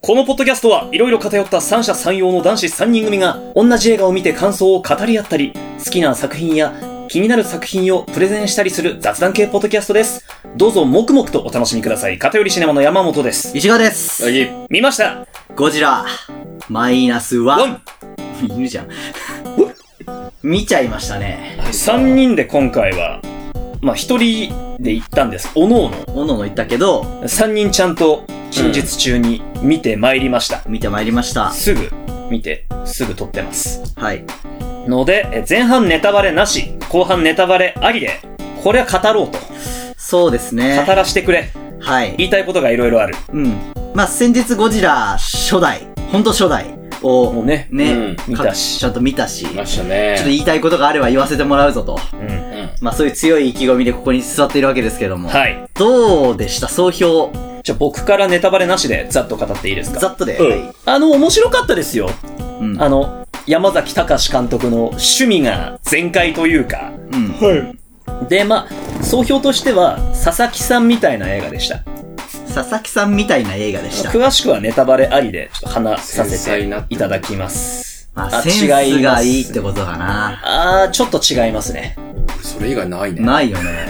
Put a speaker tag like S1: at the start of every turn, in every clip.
S1: このポッドキャストはいろいろ偏った三者三様の男子3人組が同じ映画を見て感想を語り合ったり、好きな作品や気になる作品をプレゼンしたりする雑談系ポッドキャストです。どうぞ黙々とお楽しみください。偏りシネマの山本です。
S2: 石川です。
S3: 次。
S1: 見ました
S2: ゴジラ、マイナス
S1: ワ
S2: ワ
S1: ン
S2: ン。いるじゃん。見ちゃいましたね。
S1: !3 人で今回は、まあ1人で行ったんです。おのおの。
S2: おのの言ったけど、
S1: 3人ちゃんと近日中に見てまいりました。
S2: 見てまいりました。
S1: すぐ見て、すぐ撮ってます。
S2: はい。
S1: ので、え前半ネタバレなし、後半ネタバレありで、これは語ろうと。
S2: そうですね。
S1: 語らしてくれ。
S2: はい。
S1: 言いたいことがいろいろある。
S2: うん。まあ、先日ゴジラ初代、ほんと初代
S1: もう
S2: を
S1: ね。
S2: ね、
S1: うん見たし
S2: かちゃんと見たし、ちょ
S3: 見
S2: っ
S3: ました
S2: と
S3: ね。
S2: 言いたいことがあれば言わせてもらうぞと。
S1: うん。
S3: う
S2: まあ、そういう強い意気込みでここに座っているわけですけども。
S1: はい。
S2: どうでした総評、
S1: じゃあ僕からネタバレなしでざっと語っていいです
S2: ざ
S1: か
S2: っとで。
S3: うん
S2: はい
S1: あの、面白かったですよ。
S2: うん。
S1: あの、山崎隆監督の趣味が全開というか。
S2: うん。
S3: ん。はい。
S1: で、まあ、総評としては、佐々木さんみたいな映画でした。
S2: 佐々木さんみたいな映画でした。
S1: 詳しくはネタバレありで、ちょっと話させ
S3: 繊細にな
S1: て
S3: って
S1: い
S3: る
S1: ただきます。
S2: まあ、センスがいいってことかな。
S1: あー、ちょっと違いますね。
S3: 俺それ以外ないね。
S2: ないよ ね。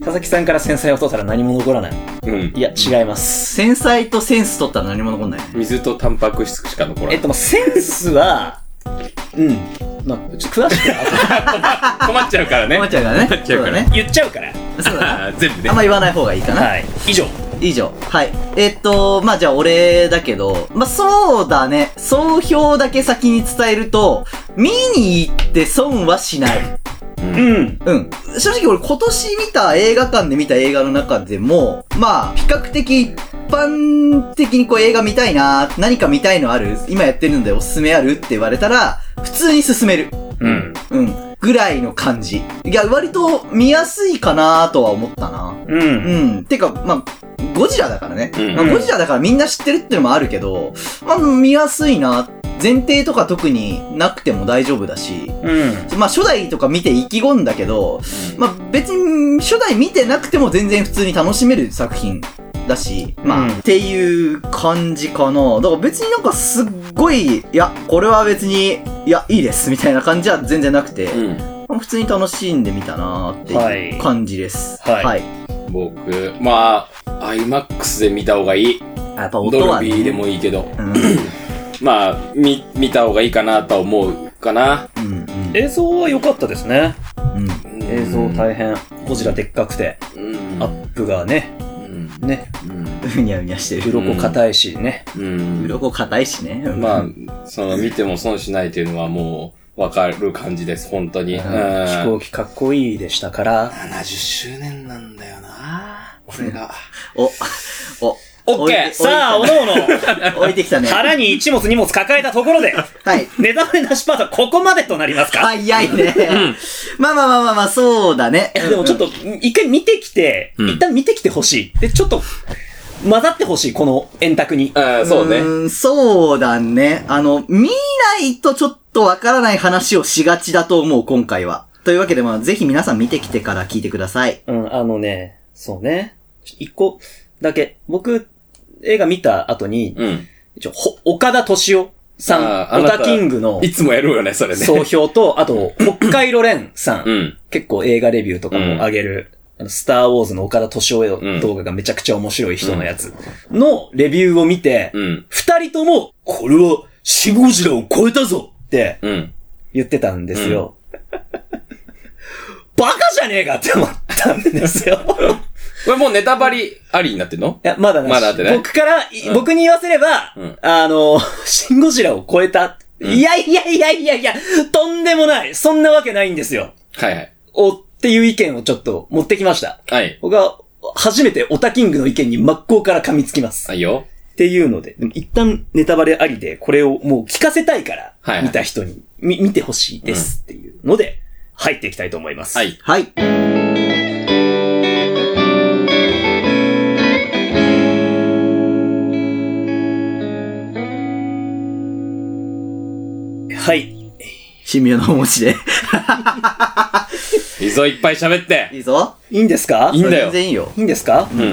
S1: 佐々木さんから繊細を取ったら何も残らない。
S3: うん
S1: い。や、違います。
S2: 繊細とセンス取ったら何も残んないね。
S3: 水とタンパク質しか残らな
S1: え
S3: い。
S1: っと、まあセンスは、うん。まあ、ちょっと詳しくは
S3: 困っちゃうからね
S2: 困っちゃうからね。
S3: 困っちゃう
S2: そ
S3: から
S2: うだね。
S1: 言っちゃうから。
S2: そうだね。
S3: あー 全部ね
S2: あん。ま言わない方がいいかな。
S1: はい。以上。
S2: 以上。はい。えっと、まあ、じゃあ俺だけど、まあ、そうだね。総評だけ先に伝えると、見に行って損はしない。
S1: うん。
S2: うん。正直俺今年見た映画館で見た映画の中でも、まあ、比較的一般的にこう映画見たいな、何か見たいのある今やってるのでおすすめあるって言われたら、普通に進める。
S1: うん。
S2: うん。ぐらいの感じ。いや、割と見やすいかなとは思ったな。
S1: う。
S2: うんん。てか、まあ、ゴジラだからね。
S3: うん
S2: まあ、ゴジラだからみんな知ってるってのもあるけど、まあ、見やすいな。前提とか特になくても大丈夫だし。
S1: うん。
S2: まあ、初代とか見て意気込んだけど、まあ、別に初代見てなくても全然普通に楽しめる作品だし、ま
S1: う
S2: あ、
S1: ん
S2: っていう感じかな。だから別になんかすっごい、いや、これは別に、いや、いいです、みたいな感じは全然なくて、
S3: うん。
S2: まあ普通に楽しんでみたなーって
S1: はい
S2: いう感じです。
S1: はい
S2: はい。
S3: 僕、まあ、IMAX で見た方がいい。
S2: あやっぱ
S3: ド
S2: 音
S3: ル
S2: は、ね、
S3: ビーでもいいけど。
S2: うん。
S3: まあ、見、見た方がいいかなとは思うかな。
S2: うん。うん
S1: 映像は良かったですね。
S2: うん。
S1: 映像大変。ゴジラでっかくて、
S3: うん。
S1: アップがね、
S3: うん。
S1: ね、
S3: うん。
S2: ふにゃふにゃしてる。
S1: 鱗硬いしね。
S3: うん。
S2: 鱗硬いしね。
S3: まあ、その、見ても損しないというのはもう、わかる感じです、本当に。うん。
S1: 飛行機かっこいいでしたから。
S3: 70周年なんだよな俺が。
S2: お、お、
S3: オッ
S2: 置
S3: ケー
S2: いて
S1: さあ、おのおの、
S2: 置いてきたね。
S1: 腹に一物二物抱えたところで、
S2: はい。
S1: ネタバレなしパートはここまでとなりますか
S2: 早いね。まあまあまあまあまあ、そうだね。
S1: でもちょっと、一回見てきて、
S3: うん
S1: 一旦見てきてほしい。で、ちょっと、混ざってほしい、この円卓に。
S3: うん、そうね。
S2: ーんそうだね。あの、見ないとちょっとわからない話をしがちだと思う、今回は。というわけで、まあ、ぜひ皆さん見てきてから聞いてください。
S1: うん、あのね、そうね。ちょ一個だけ、僕、映画見た後に、
S3: うん。
S1: 一応ほ岡田敏夫さ
S3: あーあ
S1: ん、オ
S3: なた
S1: タキングの
S3: いつもやるよね、それね。
S1: 総評と、あと、北海道連さん、
S3: うん。
S1: 結構映画レビューとかも上げる、あのスターウォーズの岡田敏夫動画がめちゃくちゃ面白い人のやつのレビューを見て、
S3: うん。
S1: 二人とも、これは、死亡ジラを超えたぞって
S3: うん。
S1: 言ってたんですよ。 バカじゃねえかって思ったんです よ。
S3: これもうネタバリありになってんの
S1: いや、まだなし
S3: まだあってね
S1: 僕から、い
S3: うん
S1: 僕に言わせれば、
S3: うん
S1: あの、 シンゴジラを超えた。
S3: ん
S1: いやいやいやいやいや、とんでもない。そんなわけないんですよ。
S3: はいはい。
S1: お、っていう意見をちょっと持ってきました。
S3: はい。
S1: 僕は、初めてオタキングの意見に真っ向から噛みつきます。
S3: はいよ。
S1: っていうので、でも一旦ネタバレありで、これをもう聞かせたいから、
S3: はいはい
S1: 見た人に、み、見てほしいですっていうので、入っていきたいと思います。
S3: は。い。
S2: はい。
S1: はい。
S2: 神妙なお餅で。
S3: いいぞ、いっぱい喋って。
S2: いいぞ。
S1: いいんですか
S3: いいんだよ
S2: 全然いいよ。
S1: いいんですか
S3: うん。
S1: あ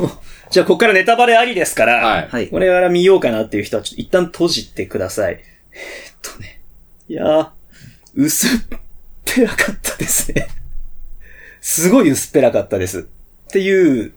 S1: の、じゃあ、ここからネタバレありですから、
S3: はい。
S2: はい。
S1: これから見ようかなっていう人は、ちょっと一旦閉じてください。えーっとね。いやー、薄っぺらかったですね。すごい薄っぺらかったです。っていう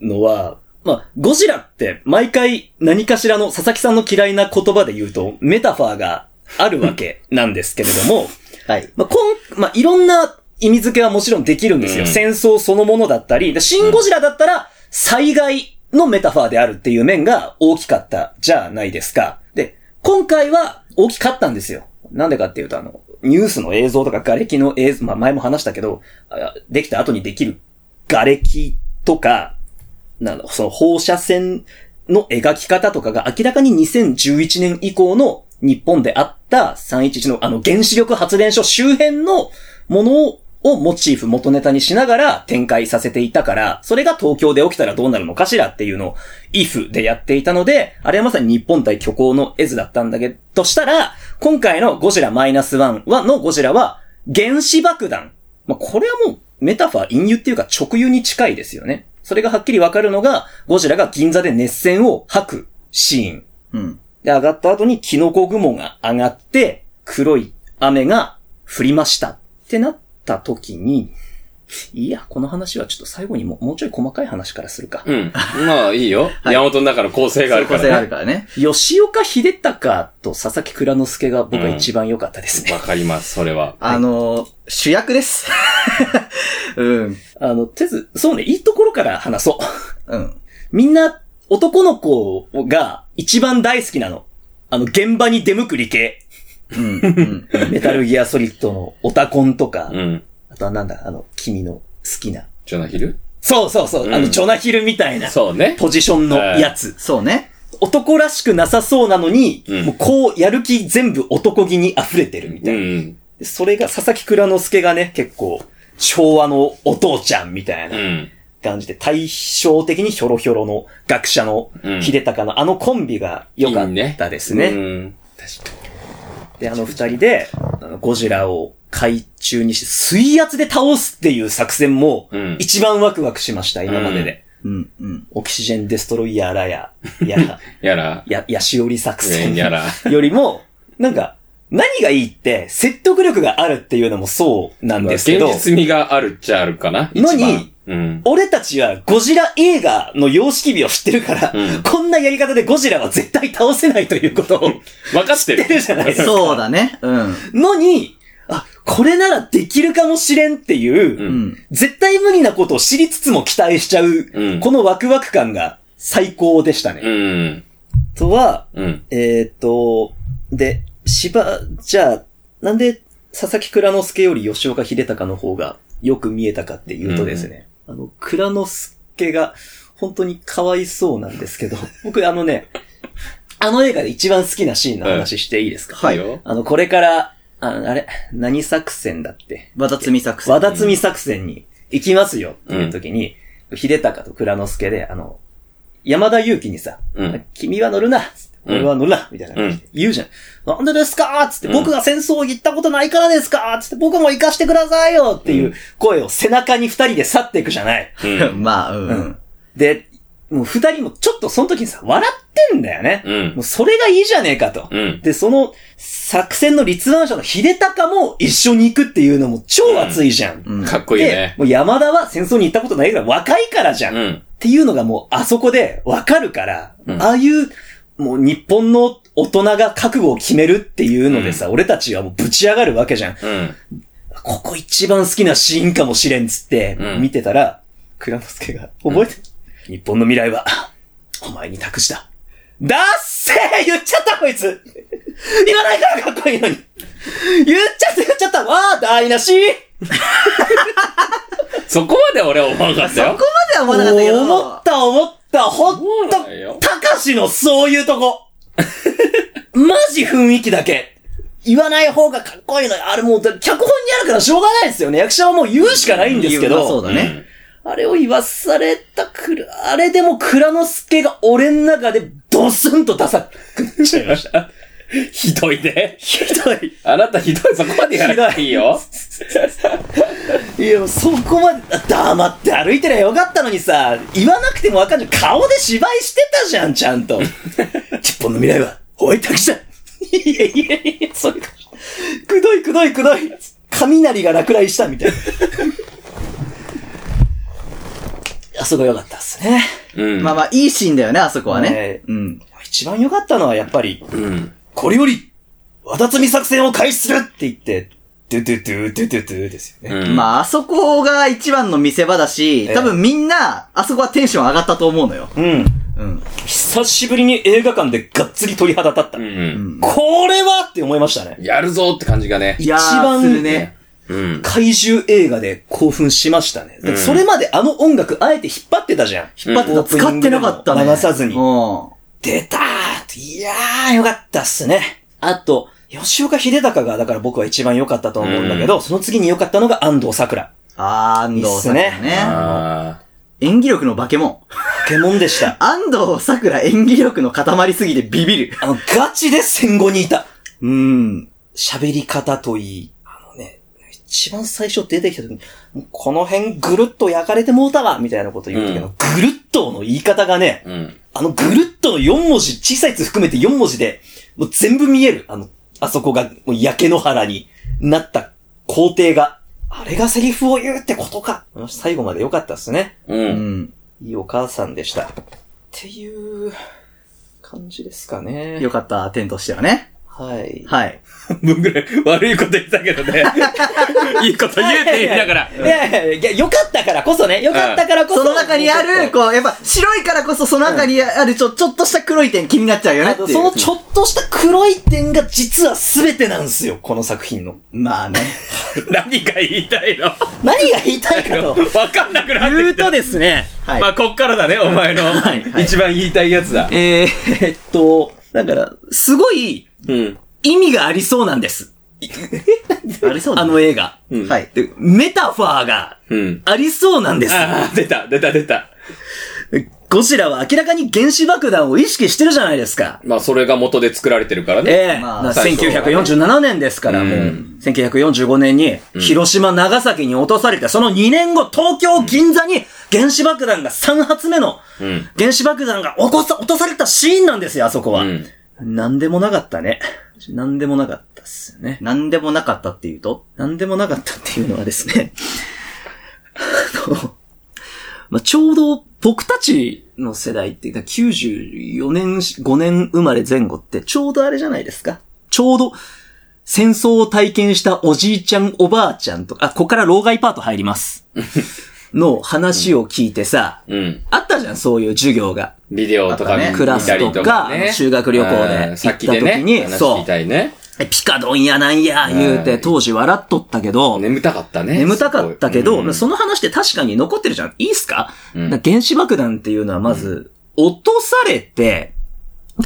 S1: のは、まあ、ゴジラって毎回何かしらの佐々木さんの嫌いな言葉で言うと、メタファーがあるわけなんですけれども、
S2: はい。
S1: まあ、こん、まあ、いろんな意味付けはもちろんできるんですよ。
S3: うん
S1: 戦争そのものだったり、でシンゴジラだったら災害のメタファーであるっていう面が大きかったじゃないですか。で、今回は大きかったんですよ。なんでかっていうと、あの、ニュースの映像とか瓦礫の映像、まあ、前も話したけど、あできた後にできる瓦礫とか、なんだ、その放射線の描き方とかが明らかに2011年以降の日本であった311のあの原子力発電所周辺のものをモチーフ元ネタにしながら展開させていたから、それが東京で起きたらどうなるのかしらっていうのを if でやっていたので、あれはまさに日本対虚構の絵図だったんだけど、したら、今回のゴジラマイナス1は、のゴジラは原子爆弾。まあ、これはもうメタファー、隠喩っていうか直喩に近いですよね。それがはっきりわかるのが、ゴジラが銀座で熱線を吐くシーン。
S2: うん。
S1: で、上がった後にキノコ雲が上がって、黒い雨が降りました。ってなった時に、いや、この話はちょっと最後にももうちょい細かい話からするか。
S3: うん。まあ、いいよ。山本の中の構成があるか
S2: 個性があ
S3: ら
S2: る
S3: ね。
S2: からね。
S1: 吉岡秀隆と佐々木蔵之介が僕は一番良かったですね
S3: わ。かります、それは。
S2: あのー、主役です。 うん。
S1: あの、とりあえず、そうね、いいところから話そう。
S2: うん。
S1: みんな、男の子が一番大好きなの。あの、現場に出向く理系。
S2: うん。うん。
S1: メタルギアソリッドのオタコンとか、
S3: うん。
S1: あとはなんだ、あの、君の好きな。
S3: ジョナヒル
S1: そうそうそう、
S3: うん
S1: あの、チョナヒルみたいな
S3: そうね。
S1: ポジションのやつ。
S2: そうね。
S1: 男らしくなさそうなのに、
S3: うん
S1: もうこう、やる気全部男気に溢れてるみた
S3: う
S1: いな。
S3: ん。
S1: でそれが、佐々木蔵之介がね、結構、昭和のお父ちゃんみたいな。
S3: うん。
S1: 感じで、対照的にヒョロヒョロの学者の
S3: うん
S1: 秀隆のあのコンビが良かったですね。
S3: うん。確か
S1: で、あの二人で、あのゴジラを海中にして水圧で倒すっていう作戦も
S3: に。うん。
S1: 一番ワクワクしました、今までで。
S2: うん。 うん。
S1: オキシジェンデストロイヤーらや、やら、
S3: やら、
S1: や、やしおり作戦
S3: やら。
S1: よりも、なんか、何がいいって、説得力があるっていうのもそうなんですけど、
S3: 現実味があるっちゃあるかな。一番
S1: のに、
S3: うん。
S1: 俺たちはゴジラ映画の様式美を知ってるから、
S3: うん
S1: こんなやり方でゴジラは絶対倒せないということを
S3: 分かって
S1: 知ってる
S3: る。
S1: じゃないですか。
S2: そうだね。うん。
S1: のに、あ、これならできるかもしれんっていう、
S3: う
S2: うんん。
S1: 絶対無理なことを知りつつも期待しちゃう、
S3: うん
S1: このワクワク感が最高でしたね。
S3: うん。
S1: とは、
S3: うん。
S1: えーっ、と、で、芝、じゃあ、なんで佐々木蔵之介より吉岡秀隆の方がよく見えたかっていうとですね、あの、蔵之介が本当にかわいそうなんですけど、 僕あのね、あの映画で一番好きなシーンの話していいですか、
S2: はい
S3: よ。
S1: あの、これから、ああれ、何作戦だって、
S2: わだつみ作
S1: 和
S2: 戦。
S1: 田摘み作戦に行きますよっていう時に、秀隆と蔵之介で、あの、山田裕貴にさ、
S3: うん
S1: 君は乗るな
S3: うん
S1: 俺は乗るなみたいな感じで言うじゃん。なんでですかつって、
S3: うん
S1: 僕が戦争行ったことないからですかつって、僕も行かしてくださいよっていう声を背中に二人で去っていくじゃない。
S3: う ん
S2: まあ、うん。
S1: うんで、もう二人もちょっとその時にさ、笑ってんだよね。
S3: うん
S1: もうそれがいいじゃねえかと。
S3: うん。
S1: で、その作戦の立案者の秀隆も一緒に行くっていうのも超熱いじゃん。
S2: うん。
S3: かっこいい
S1: で
S3: ね、。
S1: もう山田は戦争に行ったことないから若いからじゃん。
S3: う
S1: っ
S3: ん。
S1: ていうのがもうあそこでわかるから、
S3: うん
S1: ああいう、もう日本の大人が覚悟を決めるっていうのでさ、俺たちはもうぶち上がるわけじゃん。
S3: うん。
S1: ここ一番好きなシーンかもしれんっつって
S3: う、ん
S1: 見てたら、倉之介が、覚えて、日本の未来は、お前に託した。だっせー言っちゃったこいつ 言わないからかっこいいのに言っちゃった言っちゃったわあ台無し
S3: そこまで俺は思わなかったよ。
S2: では思わなかったけど。
S1: 思った思ったほん
S3: 思わないよ
S1: と、たかしのそういうとこ マジ雰囲気だけ言わない方がかっこいいのよ。あれもう、脚本にあるからしょうがないですよね。役者はもう言うしかないんですけ
S2: 言うまあそう
S1: ど。
S2: だね。
S1: あれを言わされたくる、あれでも蔵之介が俺の中でドスンとダサくなっちゃい ました。
S3: うん。 ひどいね。
S1: ひどい。
S3: あなたひどい、そこまでやらないよ。
S1: いや、そこまで、黙って歩いてりゃよかったのにさ、言わなくてもわかんない。顔で芝居してたじゃん、ちゃんと。日本の未来は、ホワイトアクションいやいやいや、それか。くどいくどいくどい。雷が落雷したみたいな。あそこ良かったっすね。
S3: うん。
S2: まあまあ、いいシーンだよね、あそこはね
S1: ね。
S2: うん。
S1: 一番良かったのはやっぱり、
S3: うん。
S1: これより、わだつみ作戦を開始するって言って、ドゥドゥドゥドゥドゥドゥですよね。
S3: うん。あ。
S2: まあ、あそこが一番の見せ場だし
S1: え、え
S2: 多分みんな、あそこはテンション上がったと思うのよ。
S1: うん。
S2: うん。
S1: 久しぶりに映画館でがっつり鳥肌立った。
S3: うん。
S1: これはって思いましたね。
S3: やるぞって感じがね。
S2: いやー、
S1: 一番
S2: するね。
S3: うん。
S1: 怪獣映画で興奮しましたね。だってそれまであの音楽あえて引っ張ってたじゃん。
S2: 引っ張ってた、使ってなかったね。
S1: 流さずに
S2: うん。
S1: 出たーっていやーよかったっすね。あと、吉岡秀隆がだから僕は一番良かったと思うんだけど、その次に良かったのが安藤桜。
S2: あー、安藤さくら
S1: いいっす
S2: ね。
S3: あ
S2: 演技力の化け物。
S1: ポケモンでした。
S2: 安藤さくら演技力の塊すぎてビビる。
S1: あの、ガチで戦後にいた。
S2: うん。
S1: 喋り方といい。あのね、一番最初出てきた時に、もうこの辺ぐるっと焼かれてもうたわみたいなこと言う時の、
S3: うん
S1: ぐるっとの言い方がね、
S3: ーうん。
S1: あのぐるっとの4文字、小さいやつ含めて4文字で、もう全部見える。あの、あそこが、もう焼け野原になった工程が。あれがセリフを言うってことか。最後まで良かったですね。
S3: う。
S2: うんん。
S1: いいお母さんでした。っていう感じですかね。
S2: よかった、点としてはね。
S1: はい。
S2: はい。
S3: 分ぐらい悪いこと言ったけどね。いいこと言うって言いながら。
S1: いやいやいや、良かったからこそね。良かったからこそ。
S2: その中にある、こう、やっぱ白いからこそその中にあるちょ、ちょっとした黒い点気になっちゃうよね
S1: あ
S2: ってい
S1: の
S2: う。
S1: そのちょっとした黒い点が実は全てなんですよ、この作品の。
S2: まあね。
S3: 何が言いたいの
S1: 何が言いたいかと。
S3: わかんなくなって
S1: 言う
S3: きた
S1: と。ですね、
S2: はい。
S3: まあ、こっからだね、お前の
S1: はいは。い
S3: 一番言いたいやつだ。
S1: えー、えっと、だから、すごい
S3: うん。
S1: 意味がありそうなんです。
S2: ありそうだ
S1: あ
S2: ね
S1: の映画。
S3: うん
S2: はい。
S1: でメタファーが
S3: うん。
S1: ありそうなんです。
S3: ああ、出た、出た、出た。
S1: ゴジラは明らかに原子爆弾を意識してるじゃないですか。
S3: まあ、それが元で作られてるからね。
S1: ええ
S2: まあ
S1: な
S2: 最初はね
S1: 1947年ですから、もう、
S3: うん
S1: 1945年に、広島、長崎に落とされて、その2年後、東京、銀座に、原子爆弾が3発目の、
S3: うん
S1: 原子爆弾が落こさ、落とされたシーンなんですよ、あそこは。
S3: うん
S1: なんでもなかったね。なんでもなかったっすよね。
S2: なんでもなかったっていうと
S1: なんでもなかったっていうのはですね、 あの、まあ、ちょうど僕たちの世代っていうか94年、5年生まれ前後ってちょうどあれじゃないですか。ちょうど戦争を体験したおじいちゃんおばあちゃんとか、あ、ここから老害パート入り ます。の話を聞いてさ、
S3: うん。
S1: あったじゃん、そういう授業が。
S3: ビデオとか
S2: あとね
S3: 見
S1: クラス
S3: たり
S1: とか、
S3: ね
S1: 修学旅行で
S3: う
S1: 行
S3: ん
S1: っ
S3: さ
S1: た
S3: っ
S1: 時
S3: きで
S1: に、
S3: ね、話
S1: そ
S3: 聞き
S1: う
S3: たいね。、
S1: えピカドンやなんや、言う
S3: う
S1: て
S3: ん
S1: 当時笑っとったけど、
S3: 眠たかったね。
S1: 眠たかったけ
S3: すご
S1: ど、
S3: いうん
S1: その話って確かに残ってるじゃん。いいっすか,、
S3: うん
S1: 原子爆弾っていうのはまず、落とされて、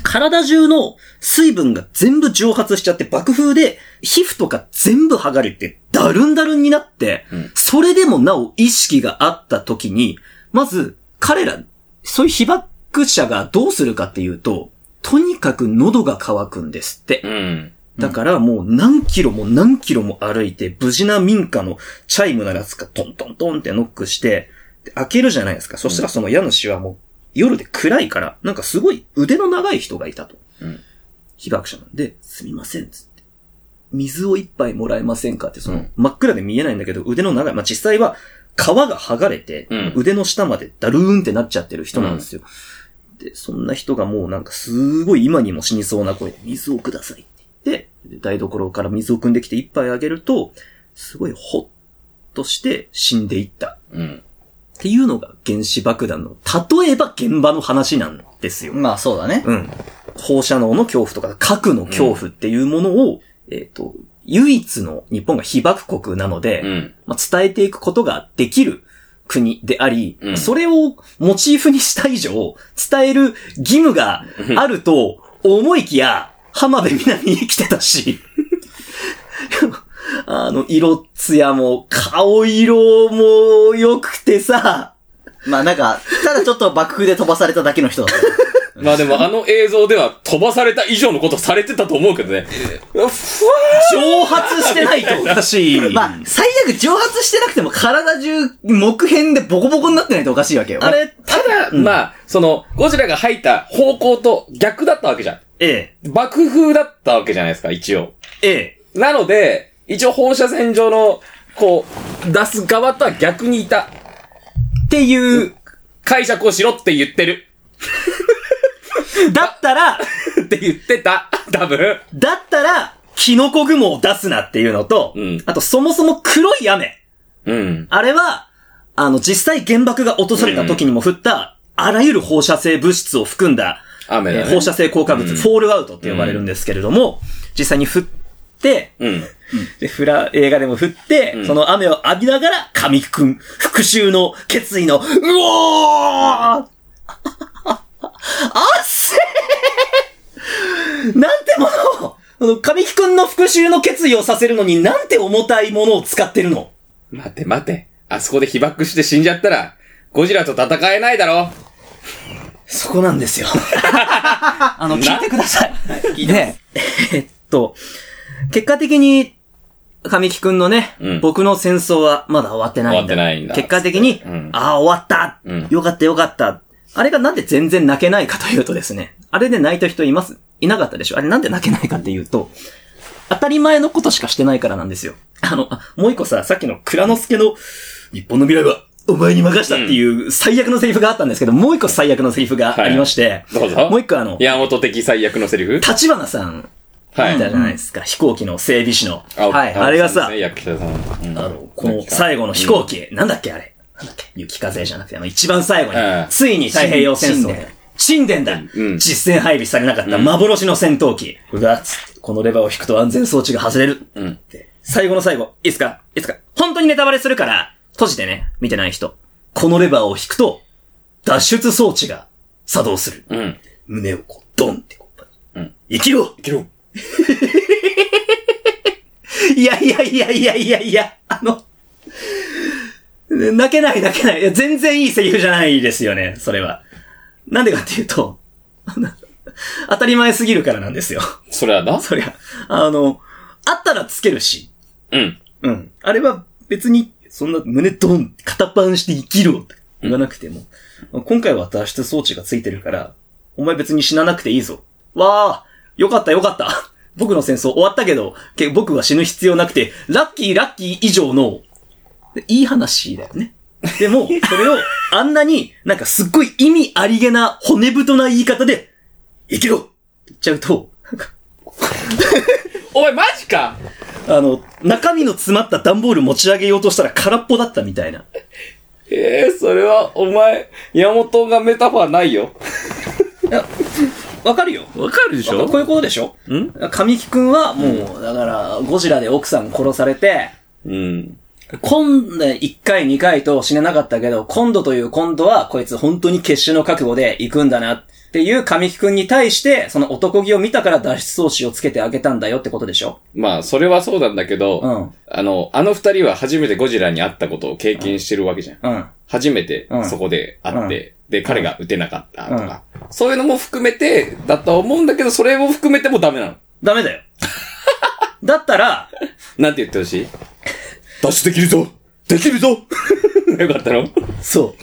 S1: 体中の水分が全部蒸発しちゃって爆風で皮膚とか全部剥がれてダルンダルンになって、
S3: うん
S1: それでもなお意識があった時に、まず彼ら、そういう被爆者がどうするかっていうと、とにかく喉が渇くんですって。
S3: うん。
S1: だからもう何キロも何キロも歩いて、無事な民家のチャイム鳴らすか、トントントンってノックして、で開けるじゃないですか。そしたらその家主はもう夜で暗いから、なんかすごい腕の長い人がいたと。
S3: うん
S1: 被爆者なんで、すみません、つって。水を一杯もらえませんかって、その、
S3: うん
S1: 真っ暗で見えないんだけど、腕の長い、まあ、実際は皮が剥がれて、
S3: うん
S1: 腕の下までダルーンってなっちゃってる人なんですよ。で、そんな人がもうなんかすごい今にも死にそうな声で、水をくださいって言って、台所から水を汲んできて一杯あげると、すごいほっとして死んでいった。
S3: うん。
S1: っていうのが原子爆弾の、例えば現場の話なんですよ。
S2: まあそうだね。
S1: うん。放射能の恐怖とか、核の恐怖っていうものを、えっ、と、唯一の日本が被爆国なので、
S3: うん。
S1: まあ、伝えていくことができる国であり、
S3: うん
S1: それをモチーフにした以上、伝える義務があると思いきや、浜辺美波生きてたし、 あの、色艶も、顔色も良くてさ、
S2: まあなんか、ただちょっと爆風で飛ばされただけの人だった。
S3: まあでもあの映像では飛ばされた以上のことされてたと思うけどね。うわふわ
S2: 蒸発してないと。
S1: だし、
S2: まあ、最悪蒸発してなくても体中、木片でボコボコになってないとおかしいわけよ。
S3: ーあれ、ただ、まあ、その、ゴジラが入った方向と逆だったわけじゃ
S1: ええ、
S3: ん。爆風だったわけじゃないですか、一応。
S1: ええ、
S3: なので、一応放射線上の、こう、出す側とは逆にいた。
S1: っていう、
S3: 解釈をしろって言ってる。
S1: だったら、
S3: って言ってた。多分。
S1: だったら、キノコ雲を出すなっていうのと、
S3: うん
S1: あとそもそも黒い雨。
S3: うん。
S1: あれは、あの、実際原爆が落とされた時にも降った、あらゆる放射性物質を含んだ、
S3: 雨だ
S1: え
S3: ね。
S1: ー放射性効果物、
S3: うん
S1: フォールアウトって呼ばれるんですけれども、実際に降って、
S3: うん。
S1: で、フラ、映画でも降って、
S3: うん
S1: その雨を浴びながら、神木くん、復讐の決意の、うおーあっせーなんてものをその神木くんの復讐の決意をさせるのになんて重たいものを使ってるの
S3: 待て待て。あそこで被爆して死んじゃったら、ゴジラと戦えないだろ。
S1: そこなんですよ。 あの、聞いてくださ い。ねえっと、結果的に、神木くんのね、
S3: うん
S1: 僕の戦争はまだ終わってないんだ。
S3: 終わってないんだ
S1: 結果的に、
S3: うん
S1: ああ、終わった、
S3: うん
S1: よかったよかったあれがなんで全然泣けないかというとですね、あれで泣いた人いますいなかったでしょあれなんで泣けないかっていうと、当たり前のことしかしてないからなんですよ。あの、あもう一個さ、さっきの倉之助の、日本の未来はお前に任したっていう最悪のセリフがあったんですけど、もう一個最悪のセリフがありまして、
S3: どうぞ。
S1: もう一個あの、
S3: 山本的最悪のセリフ
S1: 立花さん、
S3: はいい。
S1: たじゃないですか、飛行機の整備士の。
S3: 青
S2: はい
S3: 青
S1: あれがさ
S3: そうですね役者さん。うん
S1: あの、この最後の飛行機、なんだっけあれ。なんだっけ雪風じゃなくて、あの、一番最後に
S3: うん、
S1: ついに太平洋戦争で、沈殿だ、
S3: うん
S1: 実戦配備されなかった
S3: うん
S1: 幻の戦闘機。うわ、つってこのレバーを引くと安全装置が外れる。
S3: うん
S1: って最後の最後、いいっすかいいっすか本当にネタバレするから、閉じてね、見てない人。このレバーを引くと、脱出装置が作動する。
S3: うん。
S1: 胸をこう、ドンってこう、
S3: うん
S1: 生きろ
S3: いけろ。
S1: いやいやいやいやいやいや、あの、泣けない泣けないいや。全然いいセリフじゃないですよね、それは。なんでかっていうと、あの当たり前すぎるからなんですよ。
S3: それはな。
S1: そりゃ、あの、あったらつけるし。
S3: うん。
S1: うん。あれは別に、そんな胸ドン、肩パンして生きろって言わなくても、今回は脱出装置がついてるから、お前別に死ななくていいぞ。わあ、よかったよかった。 僕の戦争終わったけど、け僕は死ぬ必要なくて、ラッキーラッキー以上の、でいい話だよね。でも、それを、あんなに、なんかすっごい意味ありげな骨太な言い方で、生きろって言っちゃうと、なんか、
S3: お前マジか
S1: あの、中身の詰まった段ボール持ち上げようとしたら空っぽだったみたいな。
S3: ええそれは、お前、山本がメタファーないよ。
S1: わかるよ。
S3: わかるでし
S1: こういうことでしょ
S3: ん
S1: 神木くんはもう、だから、ゴジラで奥さん殺されて、
S3: うん。
S1: 今度1回2回と死ねなかったけど、今度という今度はこいつ本当に決死の覚悟で行くんだなっていう神木くんに対して、その男気を見たから脱出装置をつけてあげたんだよってことでしょ
S3: まあ、それはそうなんだけど、
S1: うん
S3: あの、あの二人は初めてゴジラに会ったことを経験してるわけじゃん。
S1: うん。
S3: 初めて
S1: うん
S3: そこで会って、で、彼が打てなかったとか、そういうのも含めてだと思うんだけど、それも含めてもダメなの。
S1: ダメだよ。だったら、
S3: なんて言ってほしい脱出できるぞできるぞ よかったの
S1: そう。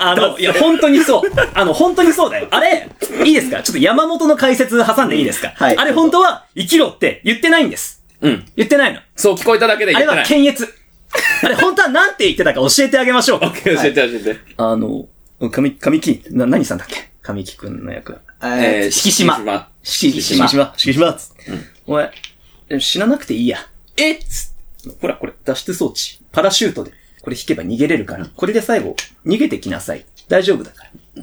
S1: あの、いや、本当にそう。あの、本当にそうだよ。あれ、いいですかちょっと山本の解説挟んでいいですか、
S2: はい
S1: あれ本当は、生きろって言ってないんです。
S3: うん。
S1: 言ってないの。
S3: そう聞こえただけで
S1: あ
S3: 言
S1: れ
S3: ってな。
S1: はい検閲。あれ本当はなんて言ってたか教えてあげましょう。
S3: 教えて教えて。
S1: あの、神、神木、な、何さんだっけ神木くんの役は。
S2: えー
S1: 敷島
S3: 敷
S1: 敷島。
S3: 島。
S1: 敷島。つってお前、え死ななくていいや。えっつってほら、これ、脱出装置。パラシュートで。これ引けば逃げれるから。これで最後、逃げてきなさい。大丈夫だから。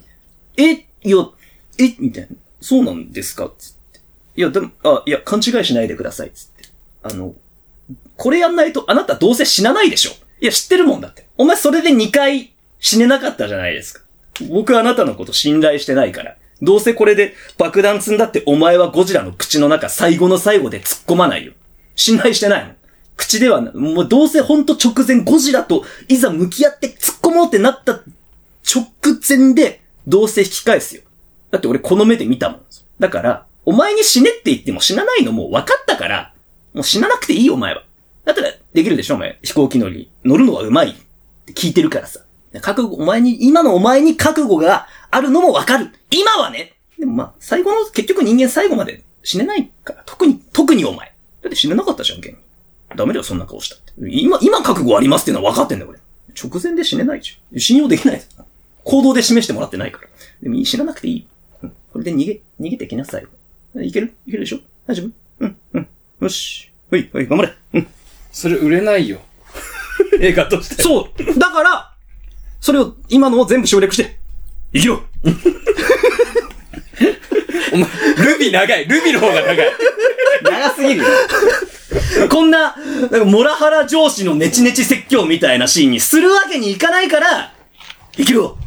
S1: え、よ、え、みたいな。そうなんですかつって。いや、でも、あ、いや、勘違いしないでください。つって。あの、これやんないと、あなたどうせ死なないでしょ。いや、知ってるもんだって。お前それで2回死ねなかったじゃないですか。僕あなたのこと信頼してないから。どうせこれで爆弾積んだってお前はゴジラの口の中最後の最後で突っ込まないよ。信頼してないもん。口ではな、もうどうせほんと直前ゴジラといざ向き合って突っ込もうってなった直前で、どうせ引き返すよ。だって俺この目で見たもん。だから、お前に死ねって言っても死なないのもう分かったから、もう死ななくていいよお前は。だったらできるでしょお前。飛行機乗り。乗るのはうまい。って聞いてるからさ。覚悟、お前に、今のお前に覚悟があるのも分かる。今はねでもまあ、最後の、結局人間最後まで死ねないから。特に、特にお前。だって死ねなかったじゃん、現に。ダメだよ、そんな顔したって。今、今覚悟ありますっていうのは分かってんだよ、俺。直前で死ねないじゃん。信用できない。行動で示してもらってないから。でもいい、死ななくていい。うんこれで逃げ、逃げてきなさい。いけるいけるでしょ大丈夫うん、うん。よし。ほい、ほい、頑張れ。うん。
S3: それ売れないよ。 映画として。
S1: そう。だから、それを、今のを全部省略して、生きろ
S3: お前、ルビ長い。ルビの方が長い。
S2: 長すぎるよ。
S1: こんな、なんか、モラハラ上司のネチネチ説教みたいなシーンにするわけにいかないから、生きろ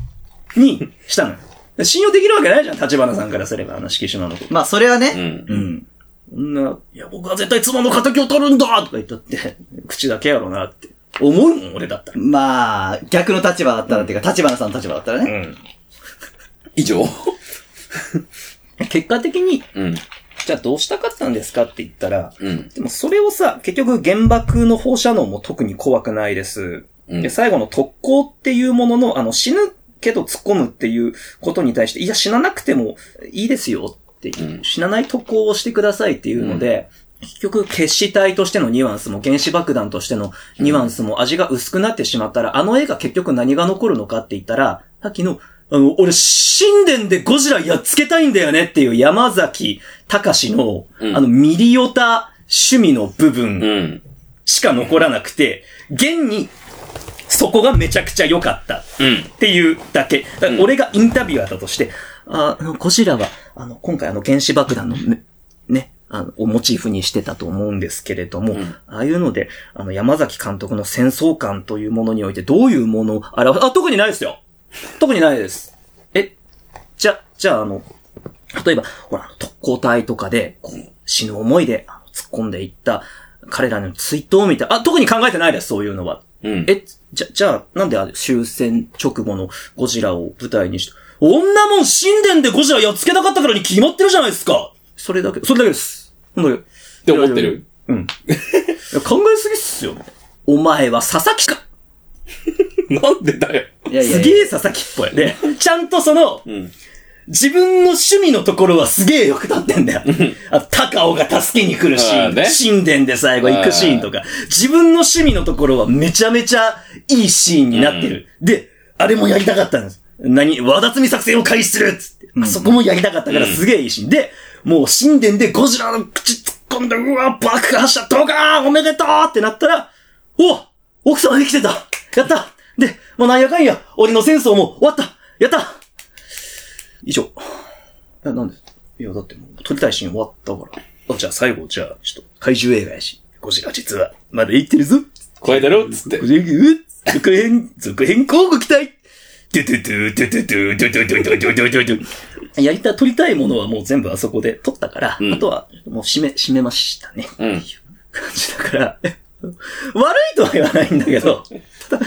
S1: にしたのよ。信用できるわけないじゃん、立花さんからすれば、あの指揮者なの子。
S2: まあ、それは
S3: う
S2: ね。
S3: ん。
S2: うん。
S1: こんな、いや、僕は絶対妻の仇を取るんだとか言ったって、口だけやろうなって。思うもん、俺だったら。
S2: まあ、逆の立場だったら、っていうか、立花さんの立場だったらね。
S3: 以上。
S1: 結果的に、
S3: うん。
S1: じゃあどうしたかったんですかって言ったら、
S3: うん。
S1: でもそれをさ、結局原爆の放射能も特に怖くないです。
S3: うん
S1: で、最後の特攻っていうものの、あの、死ぬけど突っ込むっていうことに対して、いや、死ななくてもいいですよっていう、
S3: うん
S1: 死なない特攻をしてくださいっていうので、結局、決死体としてのニュアンスも、原子爆弾としてのニュアンスも味が薄くなってしまったら、あの絵が結局何が残るのかって言ったら、さっきの、あの、俺、神殿でゴジラやっつけたいんだよねっていう山崎隆の、
S3: うん
S1: あの、ミリオタ趣味の部分、
S3: うん。
S1: しか残らなくて、現に、そこがめちゃくちゃ良かった。
S3: うん。
S1: っていうだけ。だから俺がインタビュアーだとして、ああの、ゴジラは、あの、今回あの、原子爆弾のね、ね、あの、をモチーフにしてたと思うんですけれども、
S3: うん
S1: ああいうので、あの、山崎監督の戦争感というものにおいてどういうものを表す、あ、特にないですよ特にないです。え、じゃ、じゃああの、例えば、ほら、あの特攻隊とかで、こう、死ぬ思いであの突っ込んでいった、彼らの追悼みたいな、あ、特に考えてないです、そういうのは。
S3: うん。
S1: え、じゃ、じゃあ、なんであれ終戦直後のゴジラを舞台にした女もん神殿でゴジラやっつけなかったからに決まってるじゃないですかそれだけ、それだけです。ほんと
S3: て思ってる
S1: うん。いや考えすぎっすよ。お前は佐々木か
S3: なんでだよ。
S2: いやいやいや
S1: すげえ佐々木っぽい。で、ちゃんとその、
S3: うん。
S1: 自分の趣味のところはすげえよく立ってんだよ。あ高尾が助けに来るシーン、
S3: あー
S1: 神殿で最後行くシーンとか、自分の趣味のところはめちゃめちゃいいシーンになってる。で、あれもやりたかったんです。何和田摘み作戦を開始するっつって、あそこもやりたかったからすげえいいシーン。で、もう神殿でゴジラの口突っ込んで、うわ、爆破した、ドカーンおめでとうってなったら、お奥さん生きてたやったで、もうなんやかんや、俺の戦争も終わったやった以上。な、なんでいや、だってもう、撮りたいシーン終わったから。あ、じゃあ最後、じゃあ、ちょっと、怪獣映画やし、ゴジラ実は、まだ生きてるぞ
S3: これだろっつって
S1: ゴ。ジラ、うっ続編、続編交互期待ドゥドゥドゥドゥドゥドゥドゥドゥドゥドゥドゥドゥドゥやりた、撮りたいものはもう全部あそこで撮ったから、
S3: うん
S1: あとは、もう締め、締めましたね。
S3: うん
S1: っていう感じだから、 悪いとは言わないんだけど、ただ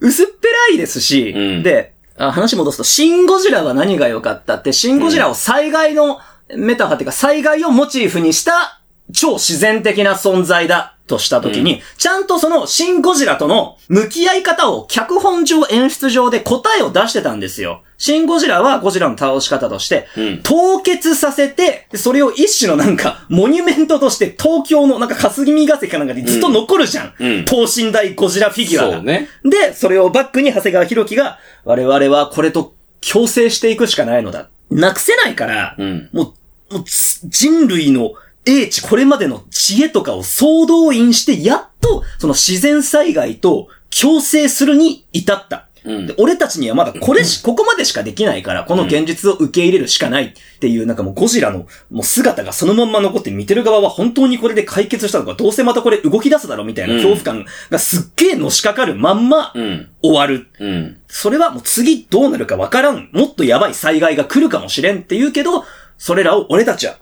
S1: 薄っぺらいですし、
S3: うん
S1: で、あ話戻すと、シン・ゴジラは何が良かったって、シン・ゴジラを災害のメタファーっていうか、災害をモチーフにした超自然的な存在だとしたときに、ちゃんとそのシン・ゴジラとの向き合い方を脚本上演出上で答えを出してたんですよ。シン・ゴジラはゴジラの倒し方として、
S3: うん
S1: 凍結させて、でそれを一種のなんか、モニュメントとして東京のなんか霞が関かなんかにずっと残るじゃん。
S3: うん
S1: 等身大ゴジラフィギュアが。
S3: そうね。
S1: で、それをバックに長谷川博己が、我々はこれと共生していくしかないのだ。なくせないから、
S3: うん
S1: もう、もうつ人類の英知、これまでの知恵とかを総動員して、やっと、その自然災害と共生するに至った。
S3: うん
S1: で俺たちにはまだこれし、ここまでしかできないから、この現実を受け入れるしかないっていう、なんかもうゴジラのもう姿がそのまんま残って見てる側は本当にこれで解決したのか、どうせまたこれ動き出すだろみたいな恐怖感がすっげえのしかかるまんま
S3: うん。
S1: 終わる。
S3: うん。
S1: それはもう次どうなるかわからん。もっとやばい災害が来るかもしれんって言うけど、それらを俺たちは、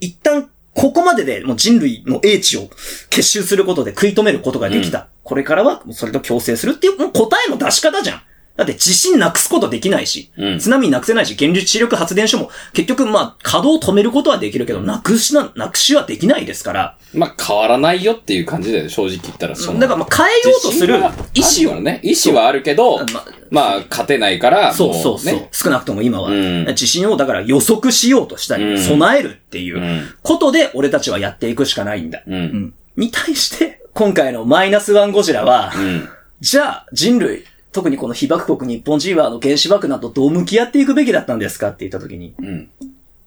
S1: 一旦ここまででもう人類の英知を結集することで食い止めることができた。これからはもうそれと共生するっていうもう答えの出し方じゃん。だって地震なくすことできないし、
S3: うん
S1: 津波なくせないし、原子力発電所も結局まあ稼働止めることはできるけど、なくしな、なくしはできないですから、
S3: まあ、変わらないよっていう感じだよね、正直言ったら。その
S1: だからまあ変えようとする意
S3: 自信
S1: 思を
S3: はあるよね。意思はあるけど、
S1: まあ
S3: まあ、勝てないから、
S1: そう
S3: も
S1: そうそう、
S3: ね
S1: 少なくとも今は、
S3: うん
S1: 地震をだから予測しようとしたり、
S3: うん。
S1: 備えるっていううんことで俺たちはやっていくしかないんだ。
S3: う。
S2: うんん。
S1: に対して、今回のマイナスワンゴジラは、
S3: うん。
S1: じゃあ人類、特にこの被爆国日本人はあの原子爆弾とどう向き合っていくべきだったんですかって言った時に、
S3: うん。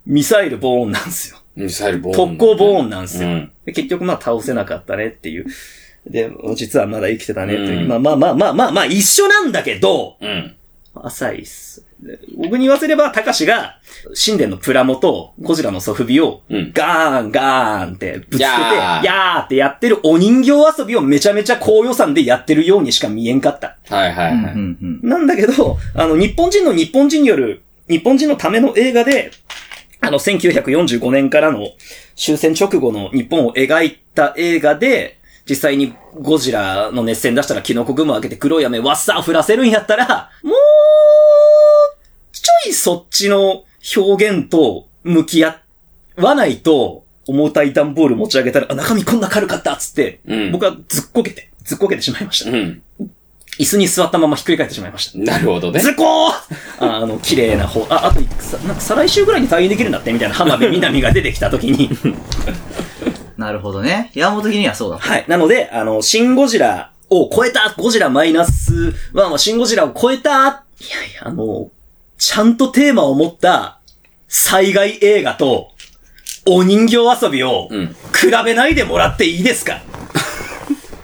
S1: ミサイルボーンなんですよ。
S3: ミサイルボーン。
S1: 特攻ボーンなんですよ。
S3: うん
S1: で結局まあ倒せなかったねっていう。で、実はまだ生きてたねという。
S3: うん
S1: まあまあまあまあまあまあ一緒なんだけど、
S3: うん。
S1: 浅いっす。で僕に言わせれば、たかしが、神殿のプラモと、ゴジラのソフビを、
S3: うん
S1: ガーンガーンってぶつけて、
S3: や
S1: や
S3: ー
S1: ーってやってるお人形遊びをめちゃめちゃ高予算でやってるようにしか見えんかった。
S3: はい
S2: う
S3: はいはい。
S2: ん。うん。
S1: なんだけど、あの、日本人の日本人による、日本人のための映画で、あの、1945年からの終戦直後の日本を描いた映画で、実際にゴジラの熱戦出したらキノコ雲を開けて黒い雨わっさ降らせるんやったら、もう、ちょいそっちの表現と向き合わないと、重たい段ボール持ち上げたら、あ、中身こんな軽かったっつって、
S3: うん
S1: 僕はずっこけて、ずっこけてしまいました。
S3: うん。
S1: 椅子に座ったままひっくり返ってしまいました。
S3: なるほどね。
S1: ずこーああの、綺麗な方、あ、あと、さなんか再来週ぐらいに退院できるんだってみたいな浜辺美波が出てきた時 に。
S2: なるほどね。山本的にはそうだ。
S1: はい。なので、あの、シンゴジラを超えた、ゴジラマイナス1はシンゴジラを超えた、いやいや、あの、ちゃんとテーマを持った災害映画と、お人形遊びを
S3: うん、
S1: 比べないでもらっていいですか、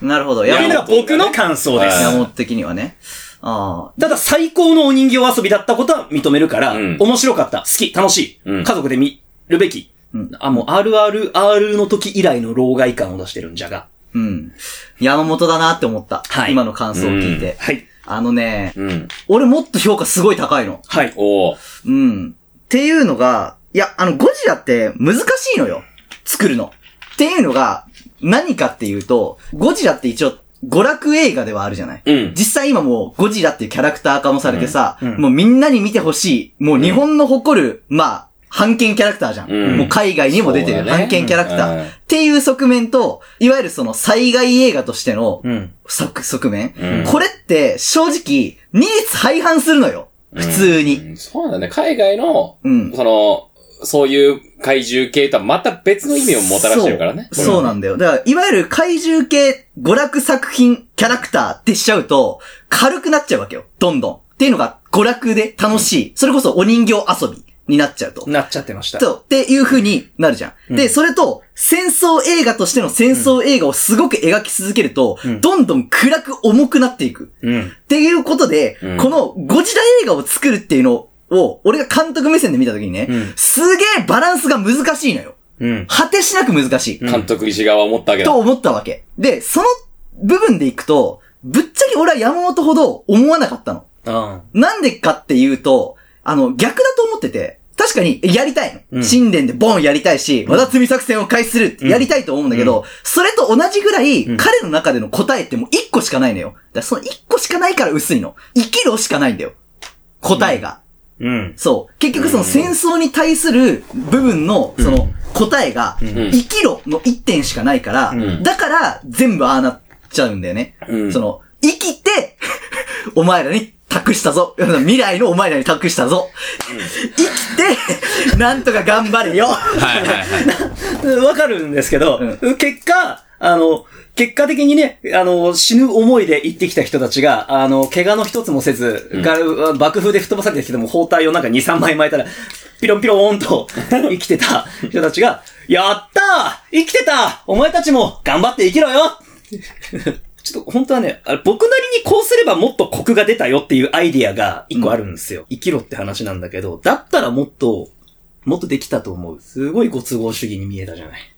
S2: なるほど。
S1: という
S2: 山
S1: の
S2: 本
S1: が僕の感想です。
S3: はい
S2: 山本的にはね。あ
S1: ただ最高のお人形遊びだったことは認めるから、
S3: うん
S1: 面白かった、好き、楽しい、
S3: うん
S1: 家族で見るべき。
S2: うん
S1: あ、もう RRR の時以来の老害感を出してるんじゃが。
S2: あ。うん。山本だなって思った。
S1: はい
S2: 今の感想を聞いて。
S1: はい。
S2: あのね、
S3: うん。
S2: 俺もっと評価すごい高いの。
S1: はい。
S3: おー
S2: うん。っていうのが、いや、あの、ゴジラって難しいのよ。作るの。っていうのが、何かっていうと、ゴジラって一応、娯楽映画ではあるじゃない。
S3: うん。
S2: 実際今もう、ゴジラっていうキャラクター化もされてさ、
S1: うんうん
S2: もうみんなに見てほしい、もう日本の誇る、まあ、判権キャラクターじゃん。
S3: うん
S2: もう海外にも出て
S3: そ
S2: る
S3: うだね
S2: 判権キャラクター、
S3: う
S2: っ
S3: ん
S2: ていう側面と、いわゆるその災害映画としての
S1: うん。
S2: 側側面、
S3: うん
S2: これって正直、ニーズ廃反するのよ。普通に。
S3: うんそうだね。海外の、
S2: うん
S3: その、そういう怪獣系とはまた別の意味をもたらしてるからね。
S2: そうそうなんだよ。だから、いわゆる怪獣系、娯楽作品、キャラクターってしちゃうと、軽くなっちゃうわけよ。どんどん。っていうのが、娯楽で楽しい。それこそお人形遊びになっちゃうと。
S1: なっちゃってました。
S2: そう。っていう風になるじゃん。
S1: う
S2: で、
S1: ん
S2: それと、戦争映画としての戦争映画をすごく描き続けると、
S1: うん
S2: どんどん暗く重くなっていく。
S1: うん。
S2: っていうことで、
S3: うん
S2: このゴジラ映画を作るっていうのを、俺が監督目線で見たときにね、
S1: うん
S2: すげえバランスが難しいのよ。
S1: うん。
S2: 果てしなく難しい。
S1: うん
S3: 監督石川は思ったわけど
S2: と。思ったわけ。で、その部分でいくと、ぶっちゃけ俺は山本ほど思わなかったの。
S1: あ
S2: なんでかっていうと、あの、逆だと思ってて、確かに、やりたいの。
S1: うん
S2: 神殿でボンやりたいし、和田摘み作戦を開始するってやりたいと思うんだけど、それと同じぐらい、
S1: うん
S2: 彼の中での答えってもう一個しかないのよ。だからその一個しかないから薄いの。生きろしかないんだよ。答えが。
S1: うん。
S2: そう。結局その戦争に対する部分の、その答えが、
S1: ん
S2: 生きろの一点しかないから、
S3: ん
S2: だから全部ああなっちゃうんだよね。
S3: うん
S2: その、生きて、 お前らに託したぞ。未来のお前らに託したぞ。生きて、なんとか頑張れよ。
S3: はいはいはい。
S1: わかるんですけど、
S2: う
S1: 結果、あの、結果的にね、あの、死ぬ思いで行ってきた人たちが、あの、怪我の一つもせず、が爆風で吹っ飛ばされたけども、包帯をなんか2、3枚巻いたら、ピロンピローン と生きてた人たちが、やったー生きてたお前たちも頑張って生きろよ ちょっと本当はね、あれ僕なりにこうすればもっとコクが出たよっていうアイディアが一個あるんですよ。生きろって話なんだけど、だったらもっと、もっとできたと思う。すごいご都合主義に見えたじゃない。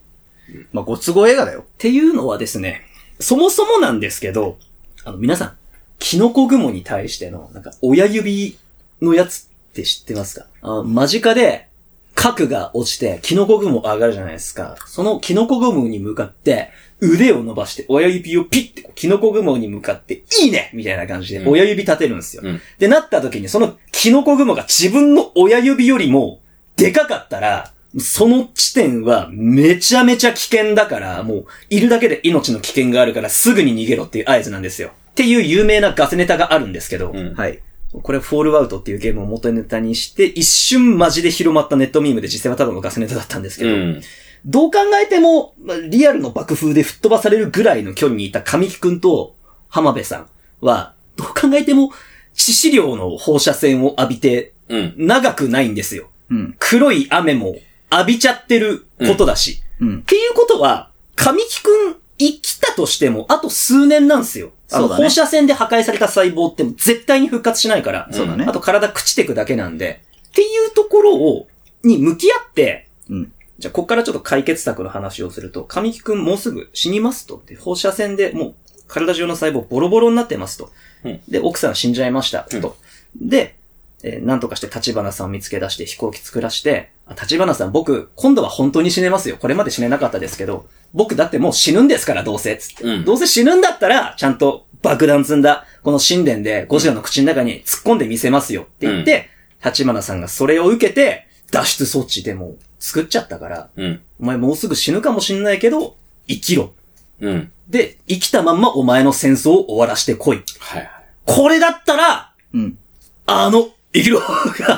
S2: まあ、ご都合映画だよ
S1: っ。ていうのはですね、そもそもなんですけど、あの、皆さん、キノコ雲に対しての、なんか、親指のやつって知ってますかあ間近で、核が落ちて、キノコ雲上がるじゃないですか。そのキノコ雲に向かって、腕を伸ばして、親指をピッてこう、キノコ雲に向かって、いいねみたいな感じで、
S3: うん
S1: 親指立てるんですよ。
S3: うん
S1: で、なった時に、そのキノコ雲が自分の親指よりも、でかかったら、その地点はめちゃめちゃ危険だから、もう、いるだけで命の危険があるから、すぐに逃げろっていう合図なんですよ。っていう有名なガセネタがあるんですけど、
S3: うん。
S2: はい。
S1: これ、フォールアウトっていうゲームを元ネタにして、一瞬マジで広まったネットミームで実際はただのガスネタだったんですけ
S3: う
S1: ど、
S3: ん。
S1: どう考えても、まあリアルの爆風で吹っ飛ばされるぐらいの距離にいた神木くんと浜辺さんは、どう考えても、致死量の放射線を浴びて、
S3: うん。
S1: 長くないんですよ。
S2: うん。
S1: 黒い雨も浴びちゃってることだし。
S2: うん
S1: っ。ていうことは、神木くん生きたとしても、あと数年なんですよ。あの
S2: そうだね
S1: 放射線で破壊された細胞って絶対に復活しないから。
S2: そうだね
S1: あ。と体朽ちてくだけなんで。っていうところを、に向き合って、
S2: うん。
S1: じゃあ、こっからちょっと解決策の話をすると、神木くんもうすぐ死にますと。で放射線でもう体中の細胞ボロボロになってますと。
S3: うん
S1: で、奥さん死んじゃいました
S3: うん
S1: と。で、えーなんとかして立花さんを見つけ出して飛行機作らして、あ立花さん僕、今度は本当に死ねますよ。これまで死ねなかったですけど、僕だってもう死ぬんですから、どうせ。つって。
S3: うん
S1: どうせ死ぬんだったら、ちゃんと爆弾積んだ、この神殿でゴジラの口の中に突っ込んでみせますよって言って、立花さんがそれを受けて、脱出装置でも作っちゃったから、
S3: うん。
S1: お前もうすぐ死ぬかもしんないけど、生きろ。
S3: うん。
S1: で、生きたまんまお前の戦争を終わらしてこい。
S3: はいはい。
S1: これだったら、
S2: うん。
S1: あの、生きろが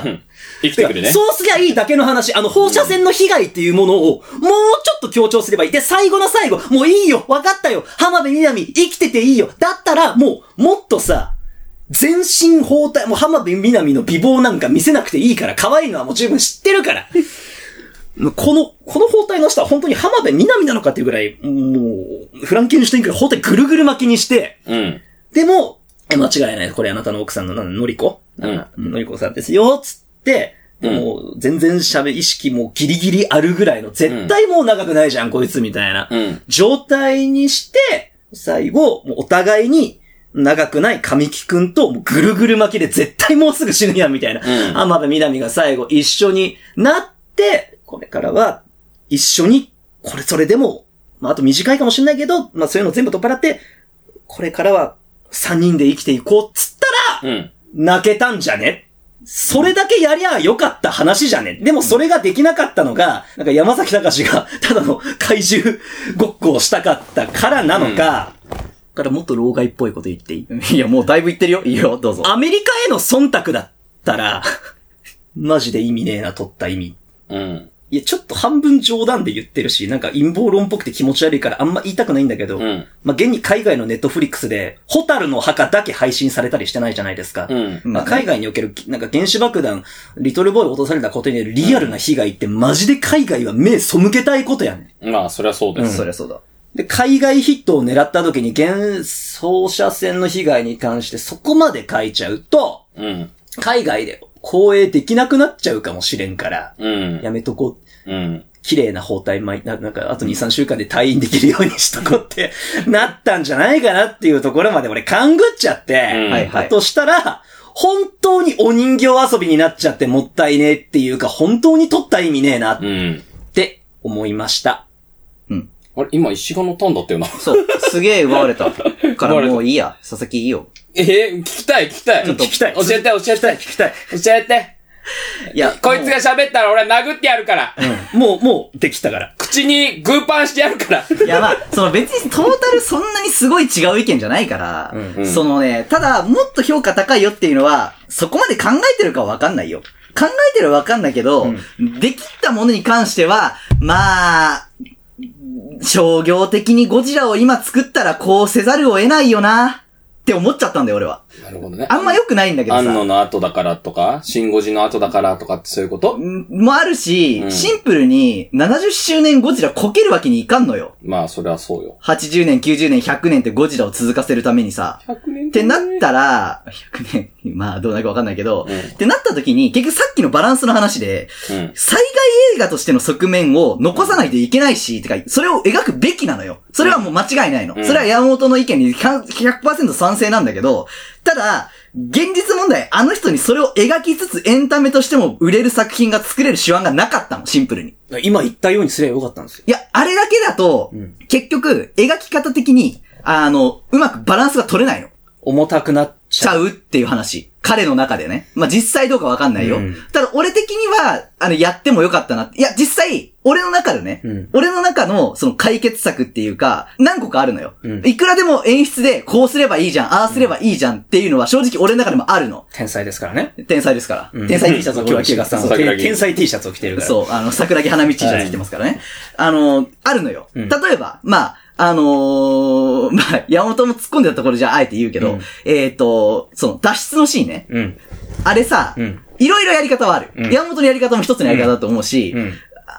S3: うん生きてくるね。
S1: そうすりゃいいだけの話、あの、放射線の被害っていうものを、もうちょっと強調すればいい。で、最後の最後、もういいよ、わかったよ、浜辺美波、生きてていいよ。だったら、もう、もっとさ、全身包帯、もう浜辺美波の美貌なんか見せなくていいから、可愛いのはもう十分知ってるから。 この、この包帯の下は本当に浜辺美波なのかっていうぐらい、もう、フランケンシュテインから包帯ぐるぐる巻きにして、
S3: うん。
S1: でも、え間違いない。これあなたの奥さんの、なんだのりこなんだのりこさんですよ、つって、で
S3: うん
S1: もう、全然喋、意識もギリギリあるぐらいの、絶対もう長くないじゃん、こいつ、みたいな。
S3: うん。
S1: 状態にして、最後、もうお互いに、長くない神木くんと、もうぐるぐる巻きで絶対もうすぐ死ぬやん、みたいな。
S3: うん
S1: 浜辺美波が最後一緒になって、これからは一緒に、これそれでも、まあ、あと短いかもしれないけど、まあそういうの全部取っ払って、これからは三人で生きていこうっつったら、
S3: うん。
S1: 泣けたんじゃねそれだけやりゃよかった話じゃねでもそれができなかったのが、なんか山崎隆がただの怪獣ごっこをしたかったからなのか、からもっと老害っぽいこと言っていい
S2: いや、もうだいぶ言ってるよ。 いいよ、どうぞ。
S1: アメリカへの忖度だったら、マジで意味ねえな、取った意味。
S3: うん。
S1: いや、ちょっと半分冗談で言ってるし、なんか陰謀論っぽくて気持ち悪いからあんま言いたくないんだけど、
S3: うん。
S1: まあ、現に海外のネットフリックスで、ホタルの墓だけ配信されたりしてないじゃないですか。
S3: うん。
S1: まあ、
S2: まあね
S1: 海外における、なんか原子爆弾、リトルボーイ落とされたことによるリアルな被害ってマジで海外は目背けたいことやねん。
S3: まあ、そりゃそうで
S2: うん
S3: す。
S2: そりゃそうだ。
S1: で、海外ヒットを狙った時に原放射線の被害に関してそこまで書いちゃうと、
S3: うん。
S1: 海外で公営できなくなっちゃうかもしれんから、
S3: うん。
S1: やめとこう。
S3: うん。
S1: 綺麗な包帯巻いな、なんか、あと2、3週間で退院できるようにしとこうって、 なったんじゃないかなっていうところまで俺勘ぐっちゃって、
S3: うん
S2: はいは
S1: だ
S2: い。
S1: としたら、本当にお人形遊びになっちゃってもったいねえっていうか、本当に取った意味ねえなっ
S3: うん。
S1: て思いました。
S3: あれ、今石が乗ったんだったよな。
S2: そう。すげえ奪われた。か
S3: 奪わ
S2: ら
S3: れた
S2: もういいや。佐々木いいよ。
S3: えー、聞きたい、聞きたい。
S1: ちょっと聞きたい
S3: 教えて、教えて。
S1: 聞きたい。
S3: 教えて。
S2: いや、
S3: こいつが喋ったら俺殴ってやるから。
S1: もう、もうできたから。
S3: 口にグーパンしてやるから。
S2: いやまあ、その別にトータルそんなにすごい違う意見じゃないから、
S3: うん
S2: そのね、ただもっと評価高いよっていうのは、そこまで考えてるかはわかんないよ。考えてるはわかんないけど、できたものに関しては、まあ、商業的にゴジラを今作ったらこうせざるを得ないよな、って思っちゃったんだよ俺は。
S3: なるほどね。
S2: あんま良くないんだけど
S3: 安野
S2: さ。
S3: の後だからとか、シンゴジの後だからとかってそういうこと
S2: うんもあるし、
S3: うん
S2: シンプルに70周年ゴジラこけるわけにいかんのよ。
S3: まあ、それはそうよ。
S2: 80年、90年、100年ってゴジラを続かせるためにさ。
S3: 100年
S2: ってなったら、100年、 まあどうなるかわかんないけど、
S3: うん
S2: ってなった時に、結局さっきのバランスの話で、
S3: うん。
S2: 災害映画としての側面を残さないといけないし、てか、それを描くべきなのよ。それはもう間違いないの。
S3: うん
S2: それは山本の意見に100% 100%賛成なんだけど、ただ、現実問題、あの人にそれを描きつつエンタメとしても売れる作品が作れる手腕がなかったの、シンプルに。
S1: 今言ったようにすればよかったんですよ。
S2: いや、あれだけだと、
S1: うん
S2: 結局、描き方的に、あの、うまくバランスが取れないの。
S1: 重たくなっ
S2: ち
S1: ちゃう。
S2: ゃうっていう話。彼の中でね。まあ、実際どうかわかんないよ。
S1: うん
S2: ただ、俺的には、あの、やってもよかったなって。いや、実際、俺の中でね、
S1: うん
S2: 俺の中の、その解決策っていうか、何個かあるのよ。
S1: うん
S2: いくらでも演出で、こうすればいいじゃん、ああすればいいじゃんっていうのは、正直俺の中でもあるの。
S1: 天才ですからね。
S2: 天才ですから。
S1: うん
S2: 天才 T シャツを
S1: 今日は
S2: 着て
S1: 木
S2: ま
S1: が
S2: す
S1: さん、
S3: そう桜木
S1: 天才 T シャツを着てるから。
S2: そう、あの、桜木花道 T シャツ着てますからね。あの、あるのよ。
S1: うん
S2: 例えば、まあ、あのーまあ、山本も突っ込んでたところじゃあえて言うけど、
S1: うん
S2: えっ、と、その、脱出のシーンね。
S1: う。うん。
S2: あれさ、
S1: うん
S2: いろいろやり方はある。
S1: うん
S2: 山本のやり方も一つのやり方だと思うし、
S1: うん。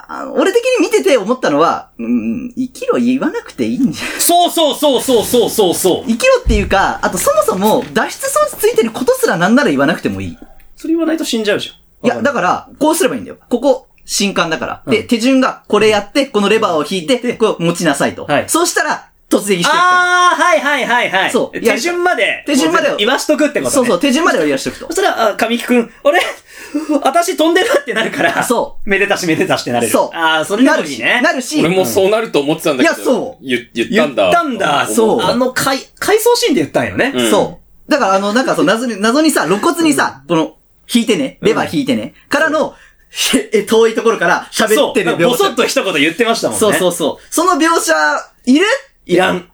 S2: あの俺的に見てて思ったのは、うん、生きろ言わなくていいんじゃ
S1: そうそうそうそうそうそうそう。
S2: 生きろっていうか、あとそもそも脱出装置ついてることすらなんなら言わなくてもいい。
S1: それ言わないと死んじゃうじゃん。
S2: いや、だ
S1: か
S2: から、こうすればいいんだよ。ここ、新刊だから。で、
S1: うん
S2: 手順が、これやって、このレバーを引いて、こう持ちなさいと。
S1: はい
S2: そうしたら、突撃していくか
S1: あー、はいはいはいはい。
S2: そう
S1: 手順まで。
S2: 手順までを
S1: もう言わしとくってことね。
S2: ら。そうそう、。手順までは言わしておく と
S1: そ。したら、あ神木くん、俺、 私飛んでるってなるから。。
S2: そう
S1: めでたしめでたしってなれる。
S2: そう。
S1: あー、それで
S2: な
S1: も
S2: る
S1: いい
S2: し、
S1: ね。
S2: なるし、
S3: 俺もそうなると思ってたんだけど。
S2: いやそう
S3: 言言った
S1: 言
S3: ん
S1: っ
S3: だ。
S1: たんだ。
S2: そう
S1: あの、回、回想シーンで言ったんよね。
S3: うん
S2: そう。だから、あの、なんかそう、謎に、謎にさ、露骨にさ、この、引いてね、レバー引いてね、からの、え、遠いところから喋
S1: そ
S2: っ
S1: う。
S2: て
S1: な
S2: る
S1: んか
S2: 描
S1: ボ
S2: 写。
S1: ソッと一言言ってましたもんね。。
S2: そうそううそう。その描写、いる
S1: いら ん。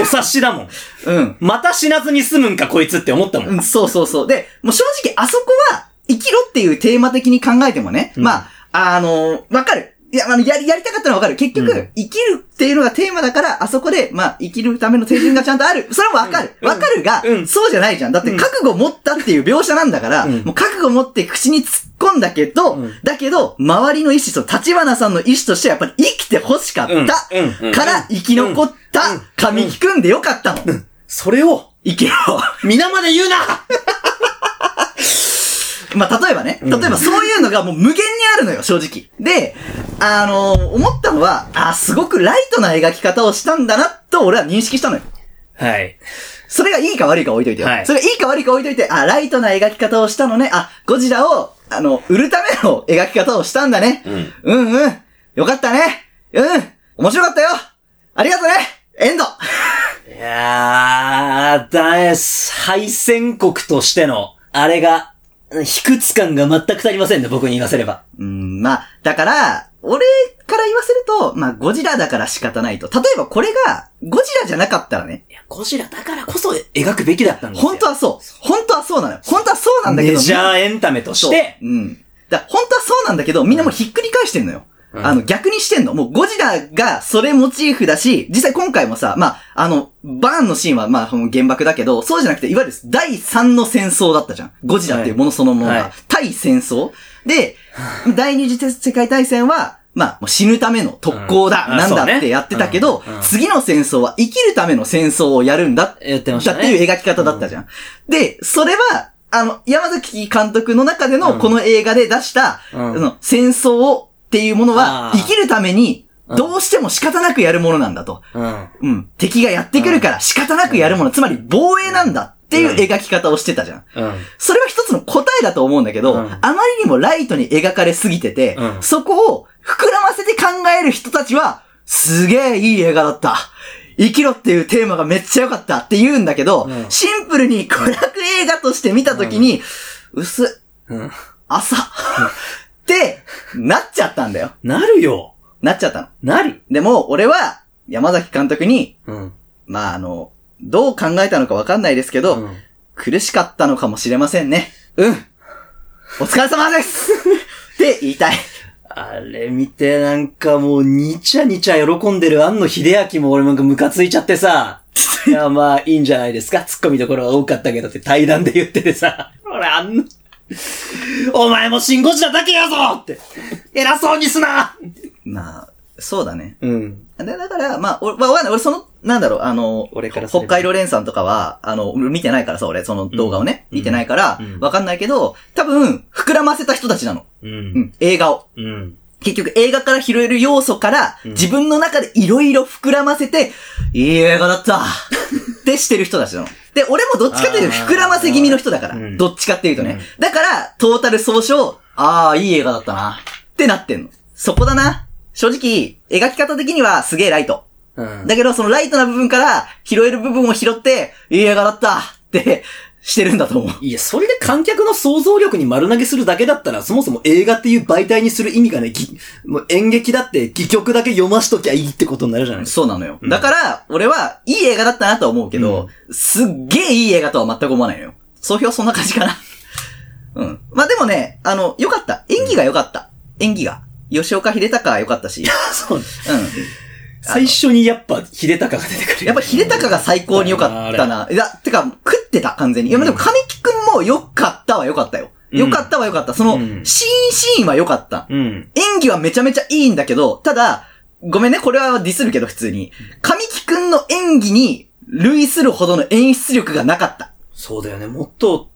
S1: お察しだもん。
S2: うん。
S1: また死なずに済むんか、こいつって思ったもん。
S2: うん、そうそうそう。で、もう正直あそこは、生きろっていうテーマ的に考えてもね、
S1: うん
S2: まあ、あのーわかる。いや、あの、やり、やりたかったのはわかる。結局、
S1: うん
S2: 生きるっていうのがテーマだから、あそこで、まあ、生きるための手順がちゃんとある。それもわかる。
S1: うん
S2: わかるが、
S1: うん
S2: そうじゃないじゃん。だって、
S1: うん
S2: 覚悟持ったっていう描写なんだから、
S1: うん
S2: もう覚悟持って口に突っ込んだけど、
S1: うん
S2: だけど、周りの意思、その、立花さんの意思としてはやっぱり生きて欲しかった。
S1: うんうん
S3: うん
S2: から、生き残った、神木くんでよかったの。
S1: それを、
S2: 生きろ。
S1: 皆まで言うな
S2: まあ、例えばね、例えばそういうのがもう無限にあるのよ、正直。で、あのー思ったのは、あ、すごくライトな描き方をしたんだな、と俺は認識したのよ。
S1: はい。
S2: それがいいか悪いか置いといてよ。
S1: はい
S2: それがいいか悪いか置いといて、あ、ライトな描き方をしたのね。あ、ゴジラを、あの、売るための描き方をしたんだね。
S3: うん
S2: うん、うんよかったね。うん。面白かったよ。ありがとうね。エンド。
S1: いやー、だえ、敗戦国としての、あれが、卑屈感が全く足りませんね、僕に言わせれば。
S2: うん、まあ、だから、俺から言わせると、まあ、ゴジラだから仕方ないと。例えばこれが、ゴジラじゃなかったらね、
S1: いや、ゴジラだからこそ描くべきだったんですよ。
S2: 本当
S1: は
S2: はそう。本当はそうなのよ。本当はそうなんだけど。
S1: メジャー
S2: ー
S1: エンタメとして、
S2: うん。だから本当はそうなんだけど、みんなもうひっくり返してんのよ。
S3: うん
S2: あの、逆にしてんの。もう、ゴジラが、それモチーフだし、実際今回もさ、まあ、あの、バーンのシーンは、まあ、もう原爆だけど、そうじゃなくて、いわゆる第3の戦争だったじゃん。ゴジラっていうものそのものが。
S1: はい
S2: 対戦争で、第二次世界大戦は、まあ、もう死ぬための特攻だ、
S1: うんあ
S2: なんだ
S1: そうね
S2: ってやってたけど、
S1: うんうん
S2: 次の戦争は生きるための戦争をやるんだ
S1: やってましたね
S2: だっていう描き方だったじゃん。で、それは、あの、山崎監督の中で
S1: う
S2: の
S1: ん
S2: この映画で出した、
S1: うん
S2: あの戦争をっていうものは
S1: あ、ー
S2: 生きるために、
S1: うん
S2: どうしても仕方なくやるものなんだと。
S1: うん。
S2: うん。敵がやってくるから仕方なくやるもの、つまり防衛なんだっていう描き方をしてたじゃん。
S1: うん。
S2: それは一つの答えだと思うんだけど、
S1: うん
S2: あまりにもライトに描かれすぎてて、
S1: うん
S2: そこを膨らませて考える人たちは、すげえいい映画だった。生きろっていうテーマがめっちゃ良かったって言うんだけど、
S1: うん
S2: シンプルに娯楽映画として見たときに、薄っ、
S1: うん。
S2: 浅っ、って、なっちゃったんだよ。
S1: なるよ。
S2: なっちゃったの。
S1: なる。
S2: でも、俺は、山崎監督に、
S1: うん。
S2: まああの、どう考えたのかわかんないですけど、
S1: うん
S2: 苦しかったのかもしれませんね。うん。お疲れ様です って言いたい。
S1: あれ見てなんかもうにちゃにちゃ喜んでる庵野秀明も俺なんかムカついちゃって さ。いやまあいいんじゃないですか。ツッコミどころは多かったけどって対談で言っててさ。俺あんな。お前もシンゴジラだけやぞって。偉そうにすな
S2: まあ、そうだね。
S1: うん。
S2: で、だから、まあ、俺、まあわかんない、俺その、なんだろう、あの、
S1: 俺からすれ
S2: 北
S1: ば
S2: 海道連さんとかは、あの、見てないからさ、俺、その動画をね、
S1: うん
S2: 見てないから
S1: うん、
S2: わかんないけど、多分、膨らませた人たちなの。
S1: う。
S2: うんん、映画を。
S1: うん。
S2: 結局映画から拾える要素から、
S1: うん
S2: 自分の中でいろいろ膨らませて、いい映画だったってしてる人たちなの。で、俺もどっちかっていうと膨らませ気味の人だから。
S1: うん
S2: どっちかっていうとね。だから、トータル総称、ああ、いい映画だったな。ってなってんの。そこだな。正直、描き方的にはすげえライト。
S1: うん。
S2: だけど、そのライトな部分から拾える部分を拾って、いい映画だったってしてるんだと思う。
S1: いや、それで観客の想像力に丸投げするだけだったら、そもそも映画っていう媒体にする意味がね、ぎもう演劇だって、戯曲だけ読ましときゃいいってことになるじゃないですか。
S2: そうなのよ。
S1: うん
S2: だから、俺は、いい映画だったなとは思うけど、すっげえいい映画とは全く思わないのよ。総評そんな感じかな。 うん。まあ、でもね、あの、良かった。演技が良かった。演技が。吉岡秀隆は良かった し。
S1: そう。
S2: うん。
S1: 最初にやっぱ、秀隆が出てくる。
S2: やっぱ秀隆が最高に良かったな。いや、てか、食ってた、完全に。いや、でも神木くんも良かったは良かったよ。
S1: うん
S2: 良かったは良かった。その、
S1: うん
S2: シーンシーンは良かった。
S1: うん。
S2: 演技はめちゃめちゃいいんだけど、ただ、ごめんね、これはディスるけど普通に。神木くんの演技に類するほどの演出力がなかった。
S1: そうだよね。もっと、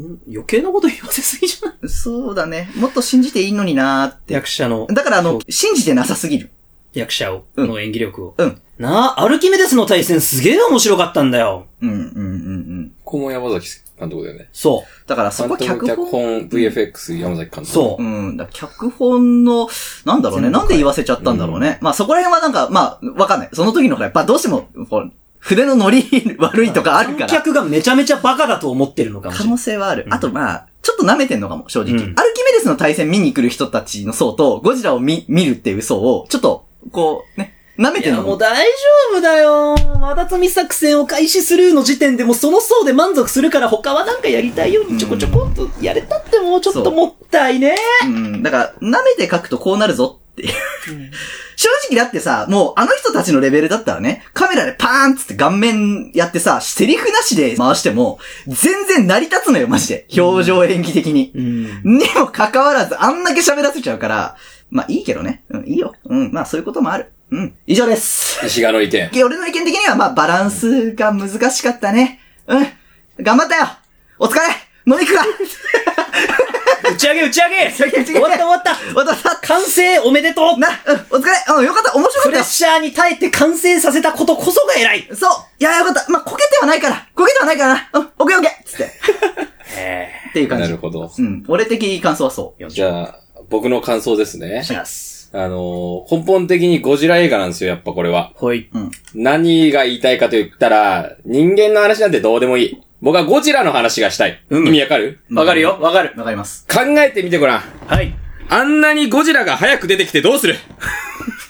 S1: ん余計なこと言わせすぎじゃ ない
S2: そうだね。もっと信じていいのになーって。
S1: 役者の、
S2: だからあ
S1: そ
S2: の
S1: う、
S2: 信じてなさすぎる。
S1: 役者を、
S2: うん
S1: の演技力を。
S2: うん。
S1: なあ、アルキメデスの対戦すげえ面白かったんだよ。
S2: うん、うん、うん、うん。
S3: これも山崎監督だよね。
S1: そ
S2: だからそこは
S3: 監督
S2: 脚
S3: 脚
S2: 本。
S3: 本、VFX、山崎監督。
S1: う。そうう。
S2: ん。だから脚本の、なんだろうね。
S1: 全部
S2: なんで言わせちゃったんだろうね。まあそこら辺はなんか、まあ、わかんない。その時のほら、やっぱどうしても、ほら筆の乗り悪いとかある
S1: 観
S2: から。
S1: 客がめちゃめちゃバカだと思ってるのかもし
S2: 可
S1: れな
S2: 能
S1: い。
S2: 性はある
S1: う。ん
S2: あとまあ、ちょっと舐めてんのかも、正直。
S1: うん
S2: アルキメデスの対戦見に来る人たちの層と、ゴジラを見、見るっていう層を、ちょっと、こう、ね、舐め
S1: い
S2: てん
S1: や、
S2: の
S1: もう
S2: も。
S1: 大丈夫だよ。まだ積み作戦を開始するの時点でもうその層で満足するから他はなんかやりたいようにちょこちょこっとやれたってもうちょっともったいね。
S2: うん。だから、舐めて書くとこうなるぞっていう。正直だってさ、もうあの人たちのレベルだったらね、カメラでパーンっつって顔面やってさ、セリフなしで回しても、全然成り立つのよ、マジで。表情演技的に。
S1: うん。
S2: にもかかわらず、あんだけ喋らせちゃうから、まあいいけどね。うん、いいよ。うん、まあそういうこともある。うん。以上です。
S3: 石川の意見。
S2: 俺の意見的には、まあ、バランスが難しかったね。うん。頑張ったよお疲れ飲み行くか
S1: 打ち上げ打ち上げ
S2: ち上げ打ち上
S1: 終
S2: げ
S1: わった終わった
S2: わざわざ
S1: 完成おめでとう
S2: な、うん、お疲れうん、よかった面白か
S1: プ
S2: っ
S1: レッ
S2: たよ
S1: シャーに耐えて完成させたことこそが偉い
S2: そういや、よかったまあ、こけてはないからこけてはないからなうん、オッケーオッケーつって。っていう感
S3: な
S2: じ
S3: る。ほど。
S2: うん、俺的感想はそう。
S1: よろし
S3: じゃあ、僕の感想ですね
S1: く。します。
S3: あのー根本的にゴジラ映画なんですよ、やっぱこれは。
S1: ほい。
S3: 何が言いたいかと言ったら、人間の話なんてどうでもいい。僕はゴジラの話がしたい。
S1: うん
S3: 意味わかる
S1: わかるよわかる。
S2: わかります。
S3: 考えてみてごらん。
S1: はい。
S3: あんなにゴジラが早く出てきてどうする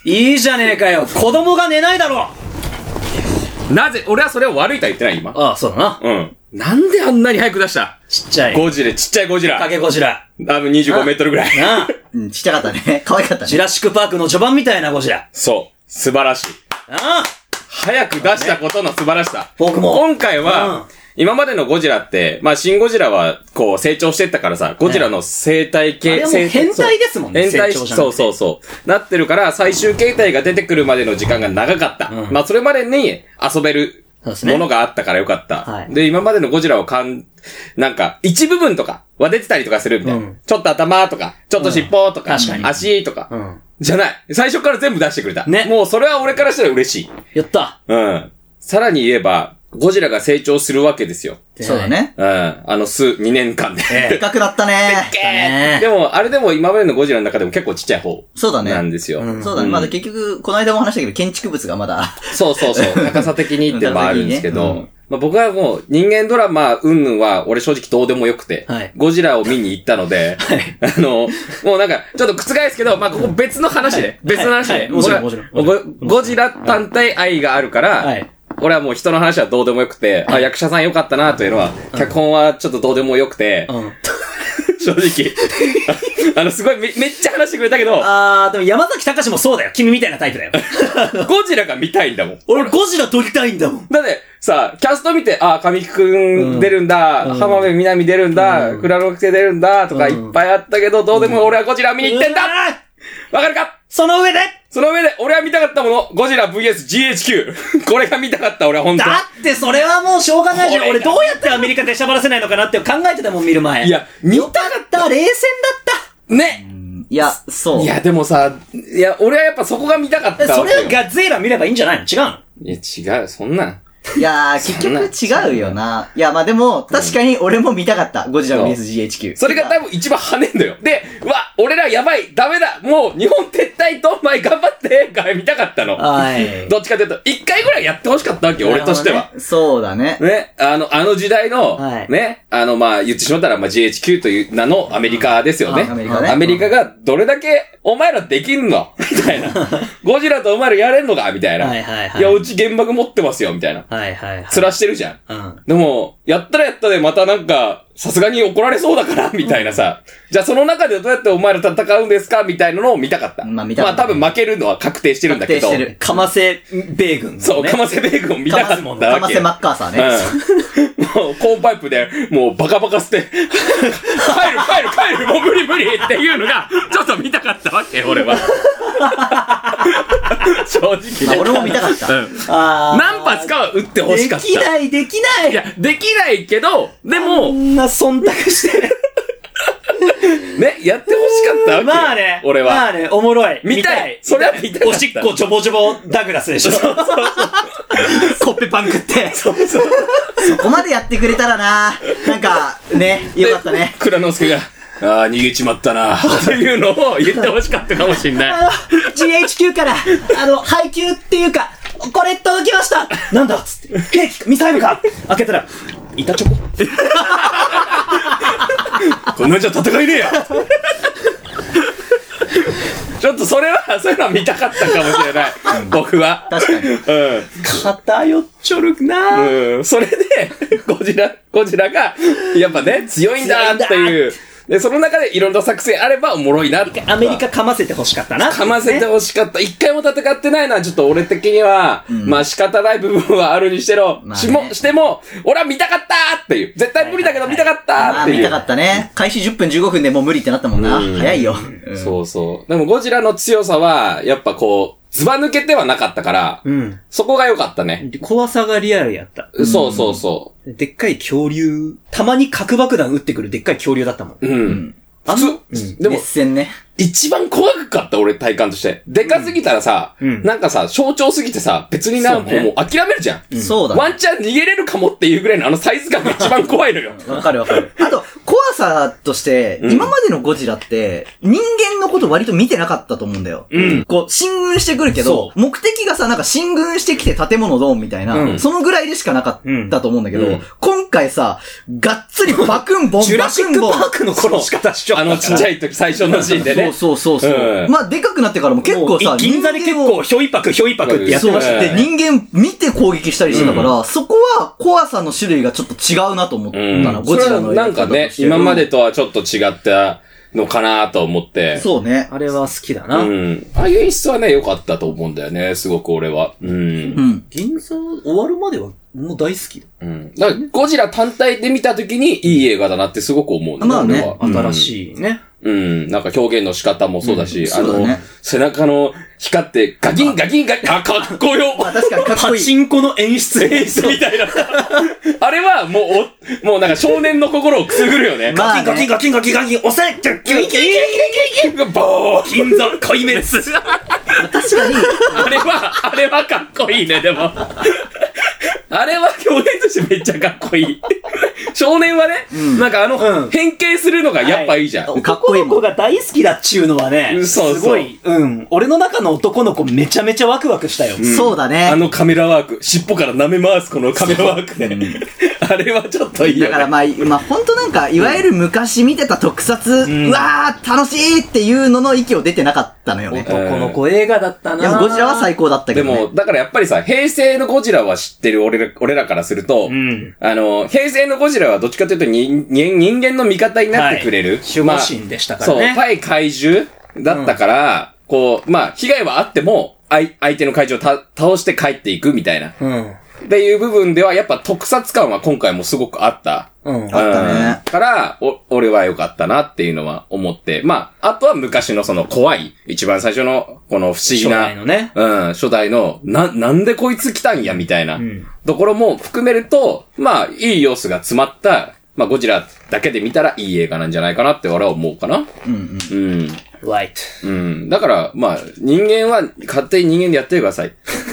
S1: いいじゃねえかよ子供が寝ないだろ
S3: なぜ、俺はそれを悪いとは言ってない、今。
S1: ああ、そうだな。
S3: うん。なんであんなに早く出した
S1: ちっちゃい。
S3: ゴジラ、ちっちゃいゴジラ。
S1: かけこじら。
S3: 多分25メートルぐらい。
S1: なあ。
S2: うん、ちっちゃかったね。 可愛かった
S1: ジュ
S2: ね。
S1: ラシックパークの序盤みたいなゴジラ。
S3: そう。素晴らしい。
S1: ああ
S3: 早く出したことの素晴らしさ。
S1: 僕も
S3: 今回
S1: うん
S3: は、今までのゴジラって、まあ、新ゴジラは、こう、成長してったからさ、ゴジラの生態
S1: あ
S3: 系、
S1: れはもう
S3: 生
S1: 変態ですもんね
S3: 変態
S1: 成長じゃなくて
S3: そうそうそう。なってるから、最終形態が出てくるまでの時間が長かった。
S1: うん
S3: まあ、それまでに遊べる
S1: そうですね
S3: ものがあったからよかった。
S1: はい
S3: で、今までのゴジラをかん、なんか、一部分とかは出てたりとかするみたいな。
S1: うん
S3: ちょっと頭とか、ちょっと尻尾とか、
S1: うん確かに
S3: 足とか、
S1: うん。
S3: じゃない。最初から全部出してくれた。
S1: ね
S3: もうそれは俺からしたら嬉しい。
S1: やった。
S3: うん。さらに言えば、ゴジラが成長するわけですよ。
S2: そうだね。
S3: うん。あの、数、2年間で。
S1: え
S2: でかくなったね。
S1: え。ね
S3: でも、あれでも今までのゴジラの中でも結構ちっちゃい方
S2: そうだ
S3: なん
S2: ね。
S3: ですよ。
S1: うん
S2: そうだね。
S3: ん
S2: まだ結局、この間も話したけど、建築物がまだ。
S3: そう そうそう。高さ的にっていうのもあるんですけ
S2: 高さ
S3: ど、
S2: 的にね
S3: まあ、僕はもう人間ドラマうんぬんは俺正直どうでもよくて、
S1: はい
S3: ゴジラを見に行った ので、あの、もうなんかちょっと覆すけど、まあ、ここ別の話で、別の話で、
S1: はいはいもちろんもちろん
S3: 僕はゴゴジラ単体愛があるから、
S1: はい
S3: 俺はもう人の話はどうでもよくて、あ、役者さん良かったなというのは、脚本はちょっとどうでもよくて、
S1: うん。
S3: 正直。 あの、すごいめめっちゃ話してくれたけど、
S1: あー、でも山崎隆もそうだよ。君みたいなタイプだよ。
S3: ゴジラが見たいんだもん。
S1: 俺ゴジラ撮りたいんだもん。
S3: だって、さ、キャスト見て、あ、神木くん出るんだ、浜辺美波出るんだ、クラロクセ出るんだ、とかいっぱいあったけど、どうでも俺はゴジラ見に行ってんだわ、
S1: だ
S3: かるか
S1: その上で
S3: その上で、俺は見たかったもの、ゴジラ VSGHQ。これ が見たかった、俺は本当
S1: だってそれはもうしょうがないじゃん。
S3: これ
S1: 俺どうやってアメリカでしゃばらせないのかなって考えてたもん、見る前。
S3: いや、見
S1: よかった、冷戦
S3: ね
S2: うんいや、そう。
S3: いや、でもさ、いや、俺はやっぱそこが見たかっ
S1: だった。
S3: た
S1: そ
S3: わけよ。
S1: れをガッゼーラ見ればいいんじゃないの違うの
S3: いや、違う、そんなん。
S2: いやー、結局違うよな。いや、まあでも、確かに俺も見たかった。ゴジラ VSGHQ。
S3: それが多分一番跳ねんだよ。で、うわ、俺らやばい、ダメだ、もう日本撤退ドンマイ頑張って、が見たかったの。
S2: はい。
S3: どっちかというと、一回ぐらいやってほしかったわけ、 俺としては。
S2: そうだね。
S3: ね、あの、あの時代の、
S2: はい
S3: ね、あの、まあ、言ってしまったら、まあ、GHQ という名のアメリカですよね。
S2: うんあアメリカね
S3: アメリカがどれだけ、お前らできんの みた いな。ゴジラとお前らやれんのかみたいな。、
S1: はいいはいはい。
S3: や、うち原爆持ってますよ、みたいな。
S1: はいはいはい。
S3: つらしてるじゃん。
S1: うん。
S3: でも、やったらやったでまたなんか、さすがに怒られそうだから、みたいなさ。じゃあその中でどうやってお前ら戦うんですかみたいなのを見たかった。
S2: まあ見たかった
S3: 多分負けるのは確定してるんだけど。
S2: 確定してる
S1: かませ米軍のね。
S3: そう、かませ米軍を見たかったわけ。
S2: かませマッカーサーね。
S3: うん。もう、コーンパイプで、もう、バカバカ捨て、帰る、帰る、帰る、もう無理無理っていうのが、ちょっと見たかったわけ、俺 は。正直
S2: まあ
S3: ね。
S2: 俺も見たかった。
S3: うん。
S1: あ
S3: 何発かは打って
S1: ー
S3: ほしかった。
S1: できないできない
S3: いや、できないけど、で
S1: こ
S3: も、
S1: んな忖度して。
S3: ね、やってほしかったわ け。
S1: まあね。
S3: 俺
S1: ま
S3: は。
S1: あね、おもろい。
S3: 見たい。それは見たかった。
S1: おしっこちょぼちょぼダグラスでしょ。コッペパン食って。
S2: そこまでやってくれたらな。なんか、ね、よかったね。
S3: 倉之介が、ああ、逃げちまったな、っていうのを言ってほしかったかもしんない。
S1: GHQ から、あの、配給っていうか、これ届きましたなんだっつって、兵器か、ミサイルか開けたら、板チョコ
S3: こんなんじゃ戦いねえよちょっとそれは、そういうのは見たかったかもしれない。僕は。
S2: 確かに。
S1: 偏っちょるなぁ。
S3: うん。うん。それで、ゴジラ、ゴジラが、やっぱね、強いんだっていう。で、その中でいろんな作戦あればおもろいなって。
S1: アメリカかませて欲しかったな。
S3: かませて
S1: ね
S3: ほしかった。一回も戦ってないのは、ちょっと俺的には、まあ仕方ない部分はあるにしてろ、
S2: まあね
S3: しも、しても、俺は見たかったーっていう。絶対無理だけど見たかった
S2: ま
S3: ーっ
S2: あ、
S3: て
S2: 見
S3: いう
S2: たか。ったね。開始10分15分でもう無理ってなったもんな。
S3: うん
S2: 早いよ。うん
S3: そうそう。でもゴジラの強さは、やっぱこう、ずば抜けてはなかったから、
S1: うん。
S3: そこが良かったね。
S1: 怖さがリアルやった。
S3: そうそうそ
S1: でっかい恐竜。たまに核爆弾撃ってくるでっかい恐竜だったもん。
S3: う。うん。普通、でも
S2: 熱、戦ね。
S3: 一番怖かった、俺、体感として。でかすぎたらさ、
S1: うん
S3: なんかさ、象徴すぎてさ、別になんか
S1: そうね
S3: もう諦めるじゃん。
S2: そうだね
S3: ワンチャン逃げれるかもっていうぐらいのあのサイズ感が一番怖 いのよ。
S2: わかるわかる。あと、怖さとして、
S3: うん
S2: 今までのゴジラって、人間のこと割と見てなかったと思うんだよ。
S3: うん
S2: こう、進軍してくるけ
S1: そ
S2: ど、目的がさ、なんか進軍してきて建物ドーンみたいな、
S3: うん
S2: そのぐらいでしかなかったと思うんだけど、
S3: うん
S2: 今回さ、がっつりバクンボ ン、
S1: ジュ
S2: バ
S1: ラシ
S2: ク
S1: ッ
S2: ン
S1: ク
S2: ボン。
S1: パークの殺し方しちゃっ
S3: あ
S1: た
S3: のちっちゃい時、最初のシーンでね。
S2: そうそうそうそう。
S3: うん
S2: まあ、でかくなってからも結構
S1: も
S2: さ
S1: う、銀座で結構、ひょいぱくひょいぱくってやってました
S3: よ
S2: そう
S3: ね
S2: で、人間見て攻撃したりしてたから、そこは怖さの種類がちょっと違うなと思ったな、
S3: そ
S2: ゴ
S3: れ
S2: ジラ
S3: は
S2: の
S3: なんかね、今までとはちょっと違ったのかなと思って。
S2: そうね。
S1: あれは好きだ
S3: う
S1: な。
S3: ん。ああいう演出はね、良かったと思うんだよね、すごく俺は。う。
S2: うんん。
S1: 銀座終わるまではもう大好きだ。
S3: うん。だから、ゴジラ単体で見た時にいい映画だなってすごく思うの
S2: まあね
S1: 新
S3: い。
S1: しいね。
S3: うん。なんか表現の仕方もそうだし、
S2: そうだね
S3: あの、背中の光ってガキンガキンガキン、あ、かっこよ
S2: まあ確かにかっこ
S1: パ
S2: いい。
S1: チンコの演出演出
S3: みたいな。あれはもうお、もうなんか少年の心をくすぐるよね。
S2: まあね
S1: ガキンガキンガキンガキンガキン押せキュッキュッキュッ
S3: ボーン
S1: 銀座壊滅
S2: 確かに、
S3: あれは、あれはかっこいいね、でも。あれは表現としてめっちゃかっこいい。少年はね、なんかあの、
S1: うん
S3: 変形するのがやっぱいいじゃん。
S2: かっこいい
S1: 男の
S2: も
S1: 子
S2: ん。
S1: が大好きだっちゅうのはね、
S3: うんそうそう
S1: すごい、うん。俺の中の男の子めちゃめちゃワクワクしたよ。
S2: そうだ
S3: あ
S2: ね。
S3: のカメラワーク、尻尾から舐め回すこのカメラワークね。あれはちょっといいよ
S2: だから
S3: ね。
S2: まあ、まあ本当なんか、いわゆる昔見てた特撮、うわー、楽しいっていうのの息を出てなかったのよね。
S1: 男の子映画だった
S2: い
S1: な
S2: や、ゴジラは最高だったけ
S3: で
S2: どね。
S3: も、だからやっぱりさ、平成のゴジラは知ってる俺ら俺らからすると、
S1: ん
S3: あの、平成のゴジラはどっちかというと人人人間の味方になってくれる。
S1: 守護神でしたから
S3: そう、
S1: ね。
S3: 対怪獣だったから、こう、まあ、被害はあっても、相相手の怪獣をた倒して帰っていくみたいな。
S1: うん。
S3: っていう部分では、やっぱ特撮感は今回もすごくあった。
S1: うん。
S2: あったね
S3: うんから、お、俺は良かったなっていうのは思って。まあ、あとは昔のその怖い、一番最初の、この不思議
S1: 初
S3: な。
S1: 代のね。
S3: うん、初代の、な、なんでこいつ来たんや、みたいな、ところも含めると、まあ、いい要素が詰まった、まあ、ゴジラだけで見たらいい映画なんじゃないかなって俺は思うかな。
S2: うん
S3: うん。
S1: ライト。
S3: うん。だから、まあ、人間は勝手に人間でやってください。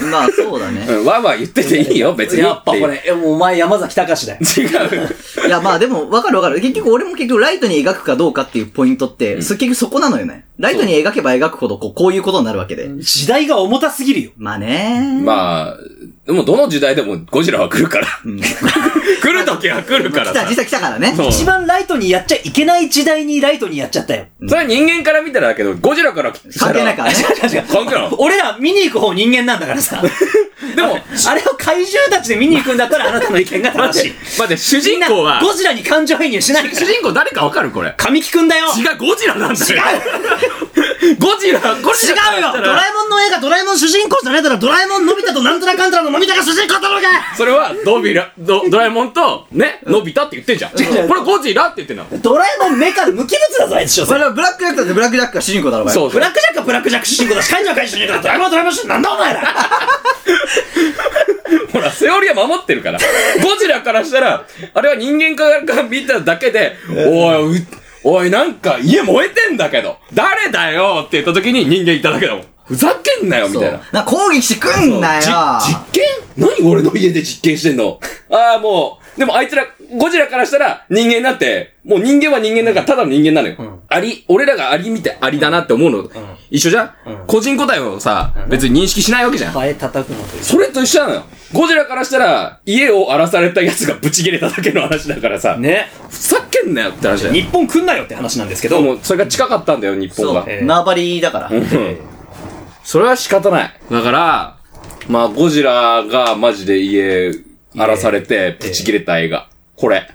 S2: まあ、そうだね。
S3: うん、わーわー言ってていいよ、別に。
S1: やっぱこ
S3: て
S1: れ、えお前山崎隆だよ。
S3: いう。違う。
S2: いや、まあでも、わかるわかる。結局、俺も結局、ライトに描くかどうかっていうポイントって、そ結局そこなのよね。ライトに描けば描くほど、こう、こういうことになるわけで。
S1: 時代が重たすぎるよ。
S2: まあねあ、
S3: まあ、でもどの時代でもゴジラは来るから。 来る時は来るから
S2: 来た、
S3: さ
S2: 実。際来たからね。
S3: そう
S1: 一番ライトにやっちゃいけない時代にライトにやっちゃったよ。
S3: それは人間から見たらだけど、ゴジラから来た
S2: 関
S3: ら。
S2: 係ないからね。
S1: 違う
S3: 関係ない
S1: 俺ら見に行く方人間なんだから さ。
S3: でも、
S1: あれを怪獣たちで見に行くんだったらあなたの意見が正
S3: 待
S1: し い
S3: って。、待って、主
S1: みん
S3: 人
S1: な、
S3: 公は、
S1: ゴジラに感情移入しないか
S3: 主
S1: ら。
S3: 人公誰かわかるこれ。
S1: 神木くんだよ
S3: 違う、ゴジラなんだよ。違うゴジラ、ゴジラ。
S1: 違うよドラえもんの映画ドラえもん主人公じゃないだろドラえもんのび太となんとなかんたらののび太が主人公だろうが
S3: それは、ドビラ、ド、ドラえもんと、ね、のび太って言ってんじゃん。
S1: 違う違う
S3: これゴジラって言ってんの。
S1: ドラえもんメカ無機物だぞあいつしょ
S2: それはブラックジャックだってブラックジャックが主人公だろ、お前。
S3: そう
S1: ブラックジャックはブラックジャック主人公だし怪獣は怪獣主人公だドラえもんはドラえもん主人公なんだお前ら
S3: ほら、セオリーは守ってるから。ゴジラからしたら、あれは人間から見ただけで、おい、うおい、なんか家燃えてんだけど、誰だよって言った時に人間いただけだもん。ふざけんなよみ
S2: そう
S3: たいな。
S2: な、攻撃してくんなよ。
S3: じ実験何俺の家で実験してんの ああ、もう。でもあいつら、ゴジラからしたら人間なんて、もう人間は人間だからただの人間なのよ。アリ、俺らがアリ見てアリだなって思うの、一緒じゃん、個人個体をさ、別に認識しないわけじゃん。
S1: ハエ叩くのと
S3: それと一緒なのよ。ゴジラからしたら、家を荒らされた奴がブチ切れただけの話だからさ、
S1: ね
S3: ふざけんなよって話だよ。
S1: 日本来んなよって話なんですけ
S3: ど
S1: ど
S3: うも、それが近かったんだよ、日本
S2: そ
S3: が
S2: う。
S1: え。え
S2: 縄張りだから。
S3: うんそれは仕方ない。だから、まあ、ゴジラがマジで家荒らされて、ブチ切れた映画。これ。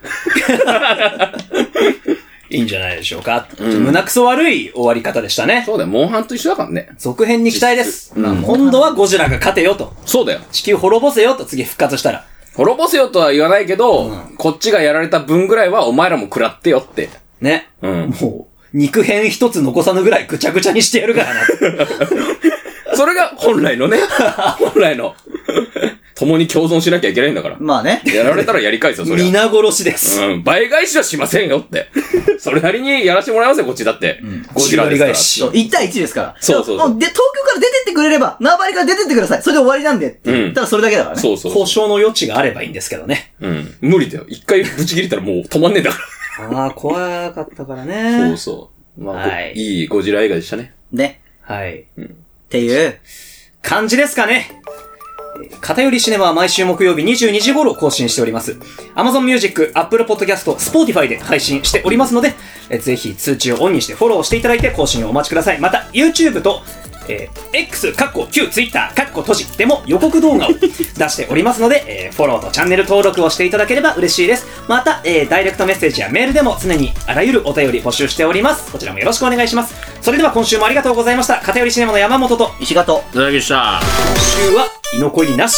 S1: いいんじゃないでしょうか、胸くそ悪い終わり方でしたね
S3: そうだよ、モンハンと一緒だからね。
S1: 続編に期待です、
S3: うん
S1: 今度はゴジラが勝てよと
S3: そうだよ。
S1: 地球滅ぼせよと次復活したら
S3: 滅ぼせよとは言わないけど、こっちがやられた分ぐらいはお前らも食らってよって。
S1: ね、
S3: うん
S1: もう肉片一つ残さぬぐらいぐちゃぐちゃにしてやるからな
S3: それが本来 のね、本来の。共に共存しなきゃいけないんだから。
S2: まあ ね。
S3: やられたらやり返すよ、そりゃ。
S1: 皆殺しです、
S3: うん、倍返しはしませんよって。それなりにやらせてもらいますよ、こっちだって。ゴジラですから。
S2: そう、1対1ですから。
S3: そうそうそう
S2: でもで、東京から出てってくれれば、縄張りから出てってください。それで終わりなんでって。
S3: うん
S2: ただそれだけだからね。
S3: そうそう。
S1: 交渉の余地があればいいんですけどね
S3: うん。無理だよ。一回ブチ切れたらもう止まんねえんだか
S1: ああ怖かったから
S3: ら。そ
S1: ね
S3: うそう。まあ、
S1: はい
S3: い、いゴジラ映画でしたね。
S2: ね。
S1: はい
S2: っていう。
S1: 感じですかね。えー片寄りシネマは毎週木曜日22時頃更新しております。Amazon Music、Apple Podcast、Spotify で配信しておりますので、えーぜひ通知をオンにしてフォローしていただいて更新をお待ちください。また、YouTube と、えー X、カッコ Q、Twitter、カッコ閉じでも予告動画を出しておりますので、えーフォローとチャンネル登録をしていただければ嬉しいです。また、えーダイレクトメッセージやメールでも常にあらゆるお便り募集しております。こちらもよろしくお願いします。それでは今週もありがとうございました。片寄りシネマの山本と
S2: 石形。
S3: いただきました。
S1: 今週は居残りなし